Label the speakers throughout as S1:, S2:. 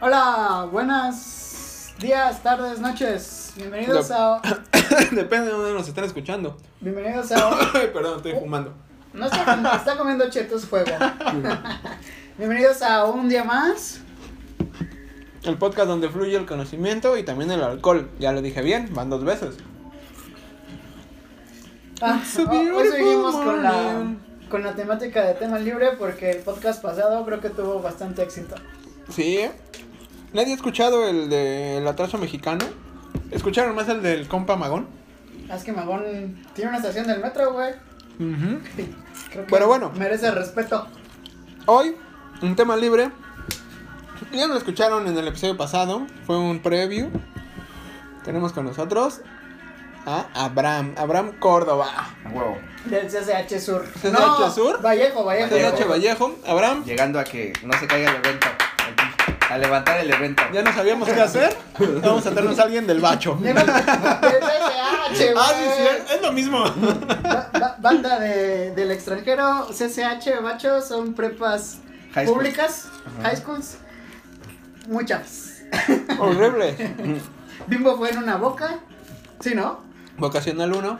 S1: Hola, buenas días, tardes, noches. Bienvenidos a.
S2: Depende de dónde nos están escuchando.
S1: Bienvenidos a.
S2: Perdón, estoy fumando.
S1: No está, comiendo- está comiendo chetos fuego. Bienvenidos a un día más.
S2: El podcast donde fluye el conocimiento y también el alcohol. Ya lo dije bien, van dos veces.
S1: Ah,
S2: It's a
S1: hoy hoy seguimos con la,
S2: beautiful
S1: con la temática de tema libre porque el podcast pasado creo que tuvo bastante éxito.
S2: Sí. ¿eh? ¿Nadie ha escuchado el del atraso mexicano? ¿Escucharon más el del compa Magón?
S1: Ah, Es que Magón tiene una estación del metro, güey. Creo que
S2: Pero bueno.
S1: Merece respeto.
S2: Hoy, un tema libre. Ya lo escucharon en el episodio pasado. Fue un preview. Tenemos con nosotros a Abraham. Abraham Córdoba.
S3: Wow.
S1: Del CCH Sur.
S2: ¿CCH
S1: No,
S2: Sur?
S1: Vallejo, Vallejo.
S2: TH Vallejo. Abraham,
S3: Llegando a que no se caiga el evento. A levantar el evento.
S2: Ya no sabíamos qué hacer. Vamos a traernos a alguien del bacho.
S1: Del CCH, güey.
S2: Ah, sí, sí, es lo mismo.
S1: Ba- ba- Banda de, del extranjero, CCH, Bacho, son prepas
S3: High school.
S1: públicas, high schools, muchas.
S2: Horrible.
S1: Bimbo fue en una boca, ¿sí no?
S2: Vocacional 1.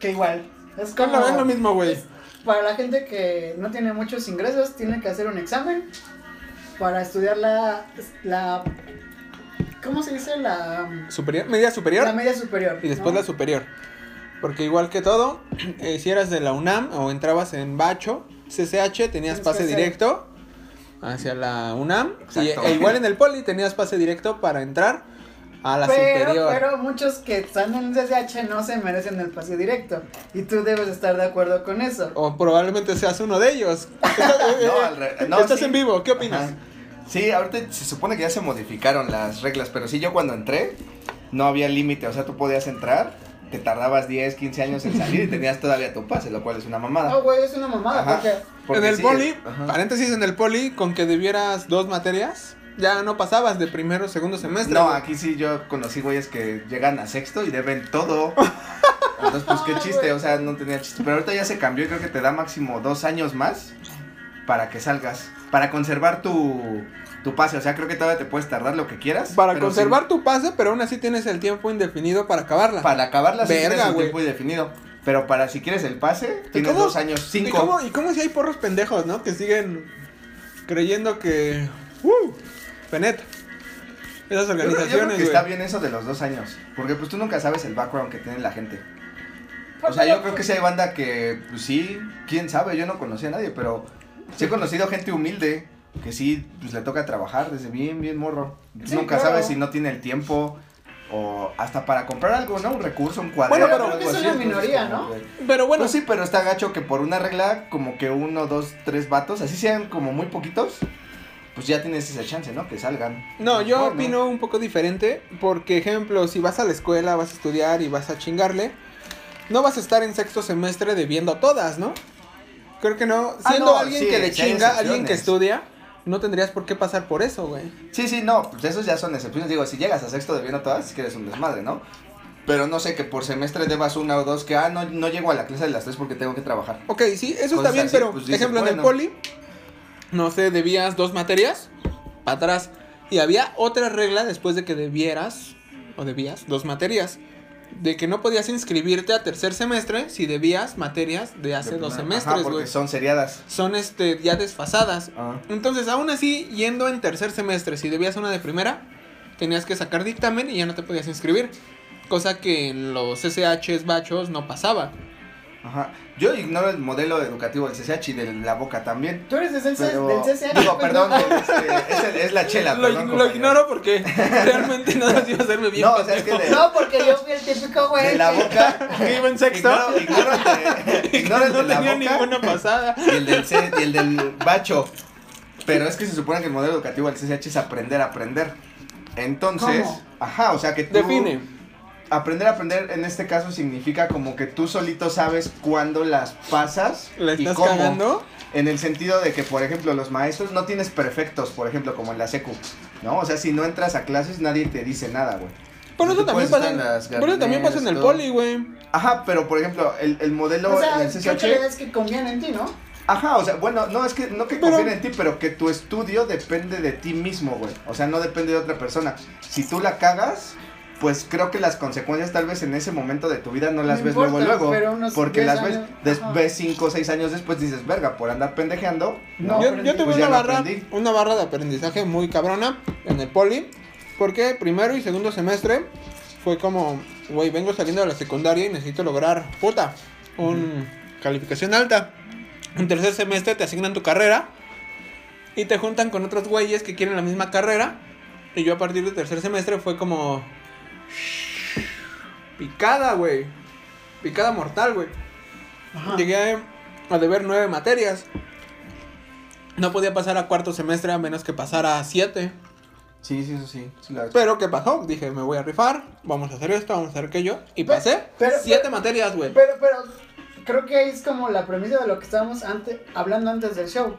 S1: Que igual. Es
S2: Es
S1: como,
S2: lo- es lo mismo, güey.
S1: es para la gente que no tiene muchos ingresos, tiene que hacer un examen para estudiar la, la ¿cómo se dice? La,
S2: Superior, media
S1: la
S2: superior
S1: media superior.
S2: y después
S1: ¿no?
S2: la superior. Porque igual que todo, eh, si eras de la UNAM o entrabas en bacho, CCH, tenías
S1: Tienes
S2: pase
S1: que hacer-
S2: directo hacia la UNAM. Y,
S3: Exacto.
S2: e igual en el poli tenías pase directo para entrar a la
S1: Pero,
S2: superior.
S1: pero muchos que están en el CCH no se merecen el pase directo. Y tú debes estar de acuerdo con eso.
S2: O probablemente seas uno de ellos.
S3: No, al re- no,
S2: Estás
S3: sí.
S2: en vivo, ¿qué opinas?
S3: Ajá. Sí, ahorita se supone que ya se modificaron las reglas, pero sí, yo cuando entré no había límite. O sea, tú podías entrar, te tardabas 10, 15 años en salir y tenías todavía tu pase, lo cual es una
S1: No,
S3: mamada.
S1: güey, es una
S2: Ah,
S1: mamada,
S3: Ajá,
S1: porque
S3: porque
S2: en el
S3: sí,
S2: poli,
S3: es- ajá.
S2: paréntesis, en el poli, con que debieras dos materias, ya no pasabas de primero o segundo semestre.
S3: No,
S2: güey.
S3: aquí sí yo conocí güeyes que llegan a sexto y deben todo. Entonces, pues
S2: Ah,
S3: qué chiste, o sea, no tenía chiste. Pero ahorita ya se cambió y creo que te da máximo dos años más para que salgas. Para conservar tu, tu pase, o sea, creo que todavía te puedes tardar lo que quieras.
S2: para
S3: pero
S2: conservar
S3: sí,
S2: tu pase, pero aún así tienes el tiempo indefinido para acabarla.
S3: Para acabarla, sí
S2: Verga,
S3: tienes un
S2: güey.
S3: tiempo indefinido. Pero para si quieres el pase,
S2: ¿Y
S3: tienes
S2: cómo-
S3: dos años,
S2: ¿Y
S3: cinco.
S2: cómo, ¿Y cómo si hay porros pendejos, no? Que siguen creyendo que... ¡Uh! Penet. Esas
S3: Yo creo-
S2: organizaciones,
S3: yo creo que
S2: güey.
S3: está bien eso de los dos años. Porque pues tú nunca sabes el background que tiene la gente. O
S1: Pues,
S3: sea,
S1: pero-
S3: yo creo que sí hay banda que, pues sí, quién sabe, yo no conocí a nadie, pero sí he conocido gente humilde que sí, pues le toca trabajar desde bien, bien morro.
S1: Sí,
S3: Nunca
S1: claro.
S3: sabes si no tiene el tiempo o hasta para comprar algo, ¿no? Un recurso, un cuadro.
S2: Bueno, pero-
S1: Creo que es una minoría, ¿no?
S2: Pero bueno,
S3: Bueno, pues sí, pero está gacho que por una regla, como que uno, dos, tres vatos, así sean como muy poquitos, pues ya tienes esa chance, ¿no? Que salgan.
S2: No, yo
S3: Bueno.
S2: opino un poco diferente. Porque, ejemplo, si vas a la escuela, vas a estudiar y vas a chingarle, no vas a estar en sexto semestre debiendo a todas, ¿no? Creo que no.
S3: Ah,
S2: Siendo
S3: no,
S2: alguien
S3: sí,
S2: que le
S3: sí hay
S2: chinga, alguien que
S3: excepciones.
S2: estudia, no tendrías por qué pasar por eso, güey.
S3: Sí, sí, no, pues esos ya son excepciones. Digo, si llegas a sexto debiendo a todas, es que eres un desmadre, ¿no? Pero no sé, que por semestre debas una o dos, que ah, no, no llego a la clase de las tres porque tengo que trabajar.
S2: Ok, sí, eso está
S3: Cosas
S2: bien,
S3: así,
S2: pero,
S3: pues, dices,
S2: ejemplo, en el
S3: bueno.
S2: poli, no sé, debías dos materias para atrás. Y había otra regla después de que debieras, o debías, dos materias. De que no podías inscribirte a tercer semestre si debías materias de hace
S3: De
S2: dos
S3: primera-
S2: semestres,
S3: Ajá, porque
S2: güey.
S3: son seriadas.
S2: son este ya desfasadas.
S3: Ah.
S2: Entonces, aún así, yendo en tercer semestre, si debías una de primera, tenías que sacar dictamen y ya no te podías inscribir. Cosa que en los SHs bachos no pasaba.
S3: Ajá. Yo ignoro el modelo educativo del CCH y de la boca también.
S1: Tú eres del, CC
S3: Pero,
S1: del CCH.
S3: digo,
S1: pues,
S3: perdón,
S1: no.
S3: este, es, el- es la chela.
S2: lo,
S3: perdón,
S2: ig- lo
S3: compañero.
S2: ignoro porque realmente nada más iba a hacerme bien.
S3: No, o sea, es que de,
S1: No, pues. porque yo fui el típico, güey.
S3: de la boca.
S2: Que iba en sexto.
S3: Ignoro, ignoro el de, ignoro el
S2: no
S3: de la
S2: tenía
S3: boca.
S2: ninguna pasada.
S3: y el del C- y el del bacho. Pero es que se supone que el modelo educativo del CCH es aprender a aprender. Entonces,
S1: ¿Cómo?
S3: ajá, o sea que tú
S2: Define.
S3: aprender a aprender en este caso significa como que tú solito sabes cuándo las pasas
S2: ¿La
S3: y
S2: estás
S3: cómo.
S2: cagando?
S3: En el sentido de que, por ejemplo, los maestros no tienes perfectos, por ejemplo, como en la secu, ¿no? O sea, si no entras a clases nadie te dice nada, güey.
S2: Por
S3: Tú
S2: eso, también
S3: puedes
S2: pasa,
S3: estar
S2: en-
S3: en las
S2: por eso también pasa en el
S3: gabineras,
S2: poli, güey.
S3: Ajá, pero por ejemplo, el, el modelo
S1: o
S3: en
S1: sea,
S3: el
S1: creo que le
S3: CCH
S1: das que conviene en ti, ¿no?
S3: Ajá, o sea, bueno, no es que no que
S2: Pero-
S3: confíen en ti, pero que tu estudio depende de ti mismo, güey. O sea, no depende de otra persona. Si tú la cagas, pues creo que las consecuencias tal vez en ese momento de tu vida no las
S1: No
S3: ves
S1: importa,
S3: luego luego,
S1: pero unos
S3: porque
S1: 10
S3: las ves
S1: años,
S3: des-
S1: ajá.
S3: ves cinco o seis años después dices, "Verga, por andar pendejeando." No.
S1: No.
S2: yo, yo tuve
S3: Pues ya
S2: una,
S3: lo
S2: barra,
S3: aprendí.
S2: una barra de aprendizaje muy cabrona en el poli. Porque primero y segundo semestre fue como, güey, vengo saliendo de la secundaria y necesito lograr, puta, un calificación alta. En tercer semestre te asignan tu carrera y te juntan con otros güeyes que quieren la misma carrera. Y yo a partir del tercer semestre fue como... Picada, güey. Picada mortal, güey.
S1: Ajá.
S2: Llegué a deber nueve materias. No podía pasar a cuarto semestre a menos que pasara a siete.
S3: Sí, sí, eso sí. sí la-
S2: Pero ¿qué pasó? Dije, me voy a rifar, vamos a hacer esto, vamos a hacer aquello. Y
S1: Pe-
S2: pasé
S1: pero-
S2: siete
S1: pero-
S2: materias, güey.
S1: Pero, pero, creo que ahí es como la premisa de lo que estábamos ante- hablando antes del show.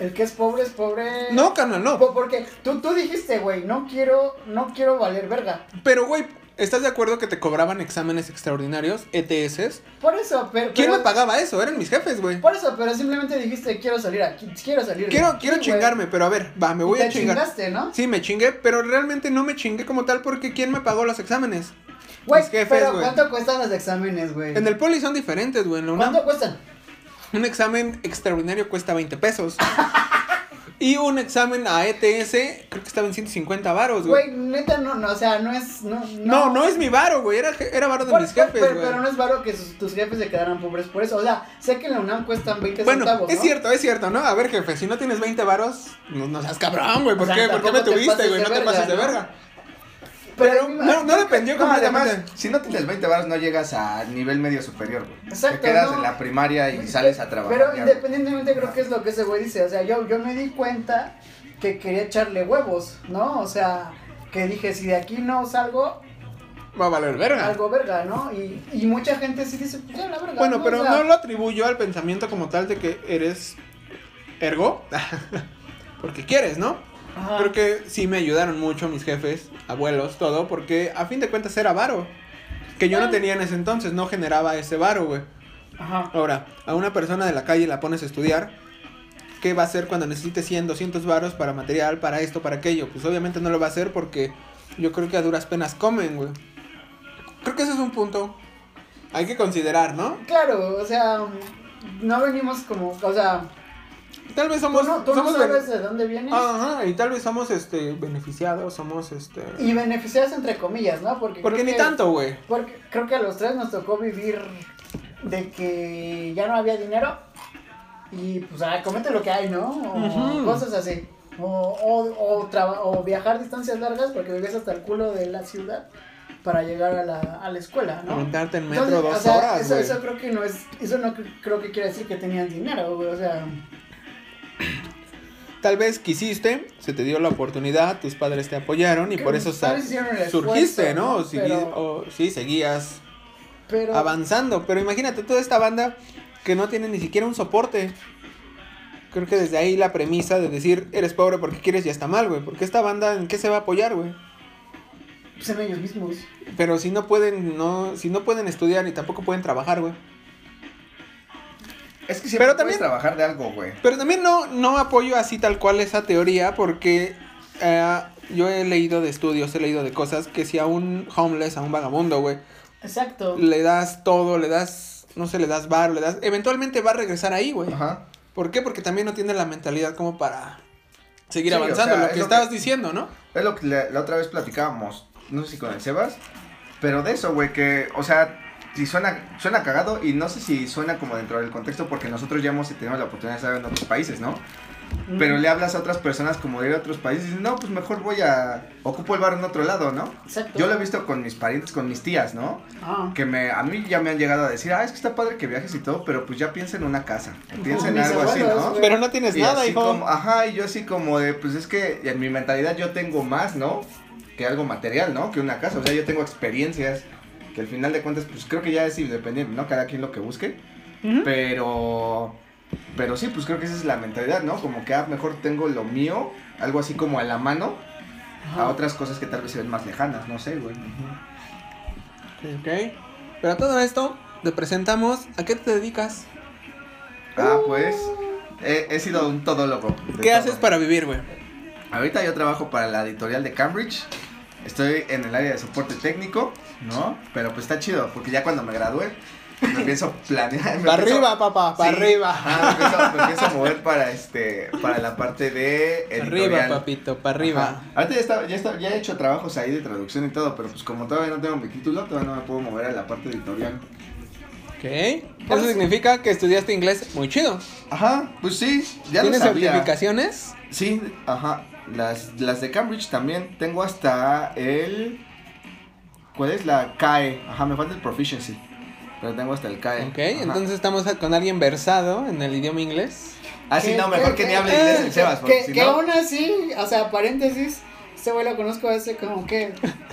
S1: El que es pobre es pobre.
S2: No, carnal, no.
S1: Po- Porque tú, tú dijiste, güey, no quiero, no quiero valer verga.
S2: Pero, güey, ¿estás de acuerdo que te cobraban exámenes extraordinarios, ETS?
S1: Por eso, pero.
S2: ¿Quién
S1: pero-
S2: me pagaba eso? Eran mis jefes, güey.
S1: Por eso, pero simplemente dijiste, quiero salir aquí, quiero salir. de
S2: Quiero,
S1: aquí,
S2: quiero
S1: güey".
S2: chingarme, pero a ver, va, me
S1: Y
S2: voy
S1: te
S2: a chingar.
S1: chingaste, ¿no?
S2: Sí, me chingué, pero realmente no me chingué como tal porque ¿quién me pagó los exámenes?
S1: Güey,
S2: Mis jefes,
S1: pero
S2: güey.
S1: ¿cuánto cuestan los exámenes, güey?
S2: En el poli son diferentes, güey. En la UNAM
S1: ¿Cuánto cuestan?
S2: Un examen extraordinario cuesta 20 pesos. y un examen a ETS creo que estaba en 150 varos, güey.
S1: Güey, neta, no, no, o sea, no es, no,
S2: Pues, No, no, es mi varo, güey. Era, era varo de
S1: Por-
S2: mis
S1: por-
S2: jefes,
S1: pero,
S2: güey.
S1: pero no es varo que sus- tus jefes se quedaran pobres por eso. O sea, sé que en la UNAM cuestan 20
S2: Bueno,
S1: centavos.
S2: es
S1: ¿no?
S2: cierto, es cierto, ¿no? A ver, jefe, si no tienes 20 varos, no, no seas cabrón, güey. ¿Por,
S1: O sea,
S2: qué? ¿Por qué me
S1: tampoco te
S2: tuviste,
S1: pases
S2: güey?
S1: de
S2: No te
S1: verga,
S2: pases de
S1: ¿no?
S2: verga.
S1: Pero,
S2: No, no dependió
S3: No, además,
S2: completamente.
S3: si no tienes 20 varos no llegas a nivel medio superior, güey.
S1: Exacto,
S3: Te quedas
S1: no.
S3: en la primaria y sales a trabajar.
S1: Pero
S3: ya, güey.
S1: independientemente creo que es lo que ese güey dice. O sea, yo, yo me di cuenta que quería echarle huevos, ¿no? O sea, que dije, si de aquí no salgo,
S2: Va a valer verga.
S1: algo verga, ¿no? Y, y mucha gente sí dice, pues ya la verga.
S2: Bueno, pero
S1: O sea,
S2: no lo atribuyo al pensamiento como tal de que eres ergo. Porque quieres, ¿no?
S1: ajá.
S2: Creo que sí me ayudaron mucho mis jefes, abuelos, todo, porque a fin de cuentas era varo. Que
S1: Ah.
S2: yo no tenía en ese entonces, no generaba ese varo, güey.
S1: Ajá.
S2: Ahora, a una persona de la calle la pones a estudiar, ¿qué va a hacer cuando necesite 100, 200 varos para material, para esto, para aquello? Pues obviamente no lo va a hacer porque yo creo que a duras penas comen, güey. Creo que ese es un punto. Hay que considerar, ¿no?
S1: Claro, o sea, no venimos como, o sea,
S2: Tal vez
S1: tú
S2: somos...
S1: Pues no, tú no
S2: somos ben-
S1: sabes de dónde vienes.
S2: Ajá, y tal vez somos este, beneficiados, somos este...
S1: Y beneficiadas entre comillas, ¿no? Porque,
S2: Porque
S1: creo
S2: ni
S1: que-
S2: tanto, güey.
S1: Porque creo que a los tres nos tocó vivir de que ya no había dinero y pues ah, comete lo que hay, ¿no? O
S2: Ujú.
S1: cosas así. O, o, o, traba- o viajar distancias largas porque vivías hasta el culo de la ciudad para llegar a la, a la escuela, ¿no?
S2: Aventarte en metro
S1: Entonces,
S2: dos
S1: o sea,
S2: horas,
S1: eso,
S2: güey.
S1: eso creo que no es, eso no cre- creo que quiere decir que tenían dinero, güey, o sea,
S2: Tal vez quisiste, se te dio la oportunidad, tus padres te apoyaron y
S1: Que
S2: por eso
S1: mis padres
S2: sa-
S1: hicieron el
S2: surgiste,
S1: esfuerzo,
S2: ¿no?
S1: ¿no?
S2: O, sigui-
S1: Pero-
S2: o sí, seguías
S1: pero
S2: avanzando. Pero imagínate toda esta banda que no tiene ni siquiera un soporte. Creo que desde ahí la premisa de decir eres pobre porque quieres ya está mal, güey. Porque esta banda en qué se va a apoyar, güey.
S1: pues, en ellos mismos.
S2: Pero si no pueden, no, si no pueden estudiar y tampoco pueden trabajar, güey.
S3: Es que siempre
S2: Pero también-
S3: puedes trabajar de algo, güey.
S2: Pero también no, no apoyo así tal cual esa teoría porque eh, yo he leído de estudios, he leído de cosas que si a un homeless, a un vagabundo, güey,
S1: Exacto.
S2: le das todo, le das, no sé, le das bar, le das, eventualmente va a regresar ahí, güey.
S3: Ajá.
S2: ¿Por qué? Porque también no tiene la mentalidad como para seguir
S3: Sí,
S2: avanzando,
S3: o sea,
S2: lo
S3: es
S2: que
S3: lo
S2: estabas
S3: que-
S2: diciendo, ¿no?
S3: Es lo que la, la otra vez platicábamos, no sé si con el Sebas, pero de eso, güey, que, o sea, si suena, suena cagado y no sé si suena como dentro del contexto porque nosotros ya hemos tenido la oportunidad de estar en otros países, ¿no? Pero le hablas a otras personas como de ir a otros países y dices, no, pues mejor voy a, ocupo el bar en otro lado, ¿no?
S1: Exacto.
S3: Yo lo he visto con mis parientes, con mis tías, ¿no?
S1: Ah.
S3: Que me, a mí ya me han llegado a decir, ah, es que está padre que viajes y todo, pero pues ya piensa en una casa, piensa en
S1: Mis
S3: algo así,
S1: abuelos,
S3: ¿no?
S1: güey.
S2: Pero no tienes
S3: Y
S2: nada,
S3: así
S2: hijo.
S3: como- ajá, y yo así como de, pues es que en mi mentalidad yo tengo más, ¿no? Que algo material, ¿no? Que una casa, o sea, yo tengo experiencias que al final de cuentas, pues creo que ya es independiente, ¿no? Cada quien lo que busque,
S2: Ujú.
S3: pero, pero sí, pues creo que esa es la mentalidad, ¿no? Como que ah, mejor tengo lo mío, algo así como a la mano, a
S1: Ajá.
S3: otras cosas que tal vez se ven más lejanas, no sé, güey.
S2: Ok. Pero a todo esto, te presentamos, ¿a qué te dedicas?
S3: Ah, pues. He, he sido un todólogo. de
S2: ¿Qué
S3: todo.
S2: haces para vivir, güey?
S3: Ahorita yo trabajo para la editorial de Cambridge. Estoy en el área de soporte técnico, ¿no? Pero pues está chido, porque ya cuando me gradué, me pienso planear. me
S2: Para
S3: pienso-
S2: arriba, papá, para
S3: Sí,
S2: arriba.
S3: ajá, me empiezo, me empiezo a mover para este para la parte de
S2: Pa'
S3: editorial.
S2: Arriba, papito, para
S3: Ajá.
S2: arriba.
S3: Ahorita ya, está, ya, está- ya he hecho trabajos ahí de traducción y todo, pero pues como todavía no tengo mi título, todavía no me puedo mover a la parte editorial.
S2: Ok. Eso significa que estudiaste inglés muy chido.
S3: Ajá, pues sí, ya lo
S2: ¿Tienes
S3: sabía.
S2: certificaciones?
S3: Sí, ajá. Las, las de Cambridge también. Tengo hasta el. ¿Cuál es la CAE? Ajá, me falta el Proficiency. Pero tengo hasta el CAE.
S2: Ok,
S3: ajá.
S2: entonces estamos con alguien versado en el idioma inglés.
S3: Ah, sí, no, mejor que ni hable inglés el Sebas, porque
S1: Que,
S3: si
S1: que
S3: no.
S1: aún así, o sea, paréntesis, este güey lo conozco hace como que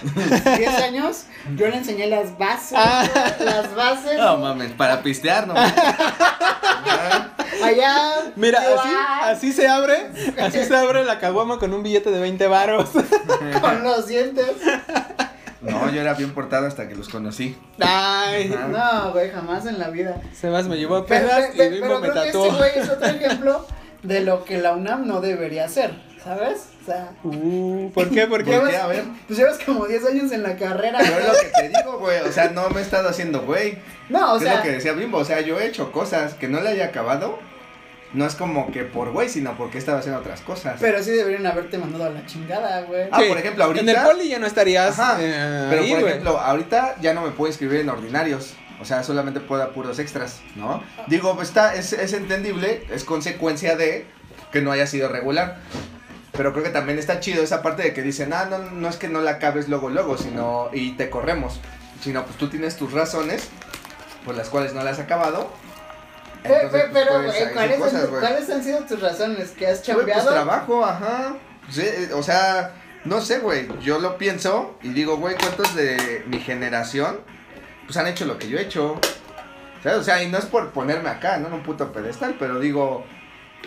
S1: 10 años. Yo le enseñé las bases. Las bases.
S3: Ah. No mames, para pistear, no mames. Ajá.
S1: Allá.
S2: Mira,
S1: yo,
S2: así,
S1: ah,
S2: así se abre, así se abre la caguama con un billete de 20 varos.
S1: Con los dientes.
S3: No, yo era bien portado hasta que los conocí.
S2: Ay,
S3: Ajá.
S1: No, güey, jamás en la vida.
S2: Sebas me llevó a
S1: Pero,
S2: pedas y
S1: pero-
S2: Bimbo
S1: pero
S2: me
S1: creo que
S2: tatuó.
S1: este güey es otro ejemplo de lo que la UNAM no debería hacer, ¿sabes? O sea,
S2: Uh, ¿Por qué? ¿Por qué?
S3: ¿Por qué?
S1: llevas-
S3: A ver.
S1: Pues llevas como 10 años en la carrera.
S3: Pero es lo que te digo, güey. O sea, no me he estado haciendo güey.
S1: No, o
S3: es lo
S1: sea,
S3: que decía Bimbo. O sea, yo he hecho cosas que no le haya acabado. No es como que por güey, sino porque estaba haciendo otras cosas.
S1: pero sí deberían haberte mandado a la chingada, güey.
S3: Ah, por ejemplo, ahorita-
S2: En el poli ya no estarías
S3: Ajá,
S2: eh,
S3: Pero
S2: ahí,
S3: por
S2: güey.
S3: ejemplo, ahorita ya no me puedo inscribir en ordinarios. O sea, solamente puedo a puros extras, ¿no? Digo, pues está, es, es entendible, es consecuencia de que no haya sido regular. Pero creo que también está chido esa parte de que dicen, ah, no, no es que no la acabes luego, luego, sino, y te corremos. Sino, pues tú tienes tus razones por las cuales no las has acabado.
S1: Pe- pe-
S3: Entonces, pues,
S1: pero,
S3: puedes
S1: güey,
S3: hacer
S1: ¿cuáles,
S3: cosas,
S1: han,
S3: güey.
S1: cuáles han sido tus razones? ¿Que has
S3: Güey, pues
S1: chambeado?
S3: trabajo, ajá. Sí, eh, o sea, no sé, güey. Yo lo pienso y digo, güey, ¿cuántos de mi generación pues han hecho lo que yo he hecho? ¿Sabes? O sea, y no es por ponerme acá, ¿no? En un puto pedestal, pero digo,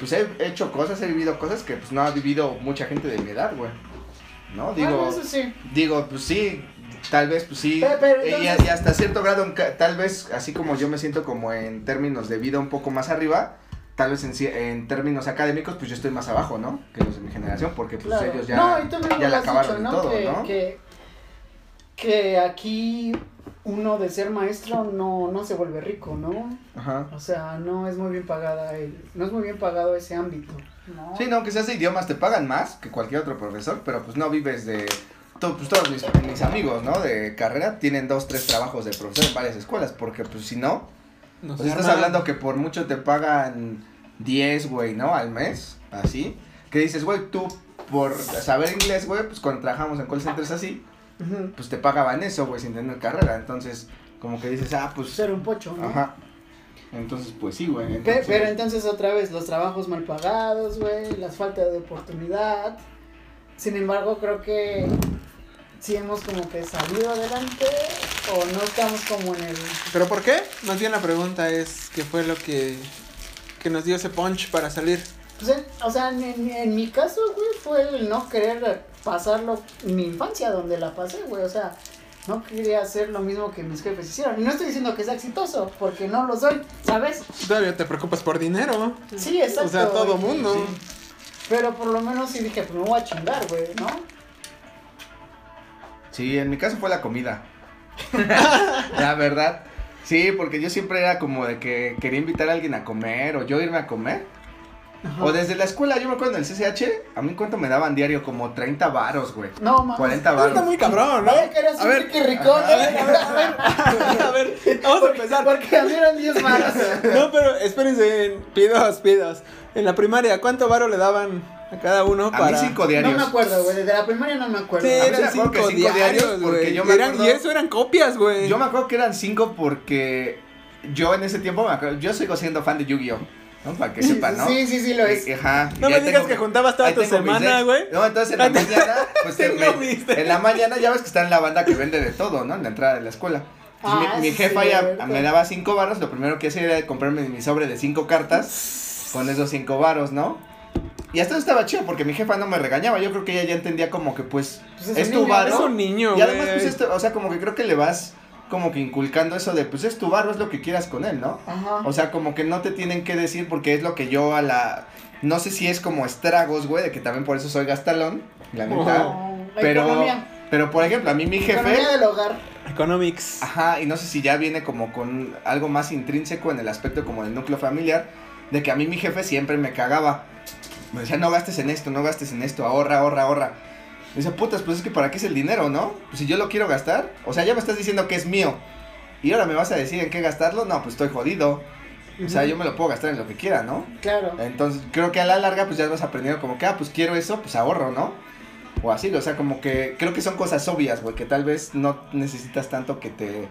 S3: pues he hecho cosas, he vivido cosas que pues no ha vivido mucha gente de mi edad, güey. ¿No? Digo,
S1: Bueno, eso sí.
S3: digo, pues sí, tal vez, pues sí.
S1: Pe- pero
S3: eh, y,
S1: entonces-
S3: y hasta cierto grado, en ca- tal vez, así como yo me siento como en términos de vida un poco más arriba, tal vez en, ci- en términos académicos, pues yo estoy más abajo, ¿no? Que los de mi generación, porque pues
S1: Claro.
S3: ellos ya,
S1: no, y tú mismo
S3: ya
S1: lo
S3: la
S1: has
S3: acabaron
S1: dicho,
S3: y
S1: ¿no?
S3: todo,
S1: que,
S3: ¿no?
S1: Que, que aquí uno de ser maestro no, no se vuelve rico, ¿no?
S3: Ajá.
S1: O sea, no es muy bien pagada el- no es muy bien pagado ese ámbito, ¿no?
S3: Sí, no, que seas de idiomas te pagan más que cualquier otro profesor, pero pues no vives de... to- pues todos mis, mis amigos, ¿no? De carrera tienen dos, tres trabajos de profesor en varias escuelas, porque pues si no,
S2: Nos
S3: O sea, pues estás
S2: arma-
S3: hablando que por mucho te pagan 10, güey, ¿no? Al mes, así. Que dices, güey, tú por saber inglés, güey, pues cuando trabajamos en call centers así,
S1: Ujú.
S3: pues te pagaban eso, güey, sin tener carrera. Entonces, como que dices, ah, pues.
S1: Ser un pocho, ¿no?
S3: Ajá. Entonces, pues sí, güey.
S1: Pe-
S3: entonces-
S1: pero entonces otra vez los trabajos mal pagados, güey, las faltas de oportunidad. Sin embargo, creo que si hemos como que salido adelante o no estamos como en el
S2: ¿Pero por qué? Más bien la pregunta es, ¿qué fue lo que, que nos dio ese punch para salir?
S1: pues en- o sea, en, en- en mi caso, güey, fue el no querer pasarlo mi infancia donde la pasé, güey, o sea, no quería hacer lo mismo que mis jefes hicieron. Y no estoy diciendo que sea exitoso, porque no lo soy, ¿sabes?
S2: Todavía te preocupas por dinero.
S1: Sí, exacto.
S2: O sea, todo
S1: güey.
S2: mundo.
S1: Pero por lo menos sí dije, pues me voy a chingar, güey, ¿no?
S3: Sí, en mi caso fue la comida. la verdad. Sí, porque yo siempre era como de que quería invitar a alguien a comer o yo irme a comer.
S1: Ajá.
S3: O desde la escuela, yo me acuerdo en el CCH, a mí cuánto me daban diario, como 30 varos, güey.
S1: No, mames.
S3: 40
S2: Eso Está
S3: varos.
S2: muy cabrón, ¿no?
S1: Vaya que eres
S2: A
S1: un
S2: ver,
S1: Ricky Ricón,
S3: ajá, a
S1: ¿eh? A
S2: a ver, vamos a empezar.
S1: ver, porque a mí eran 10 manos.
S2: No, pero espérense, pidos, pidos. En la primaria, ¿cuánto varo le daban a cada uno
S3: A mí
S2: para...?
S3: cinco
S1: No
S3: diarios.
S1: me acuerdo, güey, desde la primaria no me acuerdo.
S2: Sí,
S3: mí
S2: eran
S3: me acuerdo
S2: cinco,
S3: que cinco
S2: diarios,
S3: diarios, porque
S2: güey.
S3: yo me
S2: Eran-
S3: acuerdo-
S2: Y eso eran copias, güey.
S3: Yo me acuerdo que eran cinco porque yo en ese tiempo me acuerdo, yo sigo siendo fan de Yu-Gi-Oh. ¿no? Para que sepan, ¿no?
S1: Sí,
S3: Eh,
S1: sí, sí, lo es.
S3: Ajá.
S2: No
S3: Y
S2: me
S3: ahí
S2: digas
S3: tengo-
S2: que juntabas toda
S3: ahí
S2: tu
S3: tengo mis
S2: semana,
S3: decks.
S2: güey.
S3: No, entonces en la mañana, pues te-
S2: Tengo
S3: me-
S2: mis decks.
S3: en la mañana ya ves que está en la banda que vende de todo, ¿no? En la entrada de la escuela. Entonces,
S1: Ah,
S3: mi, mi
S1: sí,
S3: jefa ya
S1: cierto.
S3: me daba cinco varos, lo primero que hacía era comprarme mi sobre de cinco cartas con esos cinco varos, ¿no? Y hasta eso estaba chido porque mi jefa no me regañaba, yo creo que ella ya entendía como que pues
S1: Pues es
S3: es
S1: un
S3: tu
S1: niño,
S3: varo.
S2: Es un niño,
S3: Y este,
S2: güey.
S3: además, pues esto, o sea, como que creo que le vas como que inculcando eso de, pues es tu barro, es lo que quieras con él, ¿no?
S1: Ajá.
S3: O sea, como que no te tienen que decir porque es lo que yo a la... No sé si es como estragos, güey, de que también por eso soy gastalón, la neta.
S1: No, Oh, la
S3: Pero,
S1: economía.
S3: pero por ejemplo, a mí mi
S1: La
S3: jefe...
S1: economía del hogar.
S2: Economics.
S3: este- Ajá, y no sé si ya viene como con algo más intrínseco en el aspecto como del núcleo familiar, de que a mí mi jefe siempre me cagaba. Me decía, no gastes en esto, no gastes en esto, ahorra, ahorra, ahorra. Me decía, putas, pues es que para qué es el dinero, ¿no? Pues si yo lo quiero gastar, o sea, ya me estás diciendo que es mío. Y ahora me vas a decir en qué gastarlo, no, pues estoy jodido. O sea,
S1: Ujú.
S3: yo me lo puedo gastar en lo que quiera, ¿no?
S1: Claro.
S3: Entonces, creo que a la larga, pues ya vas aprendiendo como que, ah, pues quiero eso, pues ahorro, ¿no? O así, o sea, como que creo que son cosas obvias, güey, que tal vez no necesitas tanto que te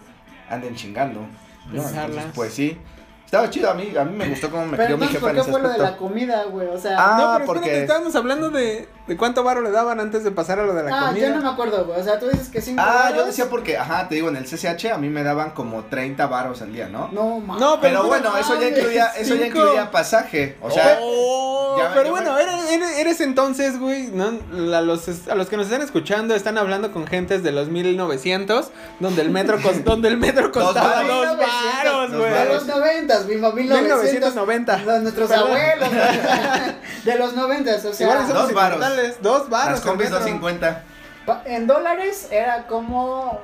S3: anden chingando. ¿no?
S2: Pensarlas.
S3: Entonces, pues sí. Estaba chido, a mí, a mí me gustó cómo me
S1: Pero
S3: crió mi
S1: entonces,
S3: jefa
S1: ¿por
S3: en
S1: qué
S3: ese
S1: fue lo de la
S3: aspecto.
S1: comida, güey? O sea,
S3: Ah,
S2: no, pero
S3: porque-
S2: espérate, estábamos hablando de, de cuánto barro le daban antes de pasar a lo de la
S1: ah,
S2: comida.
S1: yo no me acuerdo, güey. O sea, tú dices que cinco
S3: Ah, yo
S1: varos.
S3: decía porque, ajá, te digo, en el CCH a mí me daban como 30 baros al día, ¿no?
S1: No, mames.
S2: No,
S3: pero
S2: no
S3: bueno, eso ya incluía, eso ya
S2: cinco.
S3: incluía pasaje, o sea,
S2: Oh,
S3: ya-
S2: pero
S3: ya
S2: bueno,
S3: me-
S2: eres, eres- eres entonces, güey, ¿no? a, los, es- a los que nos están escuchando están hablando con gentes de los 1900, donde el metro, cos- donde el metro costaba
S3: varos.
S2: dos
S1: 1900,
S2: varos,
S3: dos
S1: De
S2: güey.
S3: varos.
S1: los noventas, bimba, 1990.
S2: 1990.
S1: Los, nuestros
S2: Perdón.
S1: abuelos. de los noventas, o sea.
S2: Igual somos
S3: Dos varos.
S2: inmortales, Dos varos.
S3: las combis
S2: el metro.
S3: 250.
S1: Pa- En dólares era como.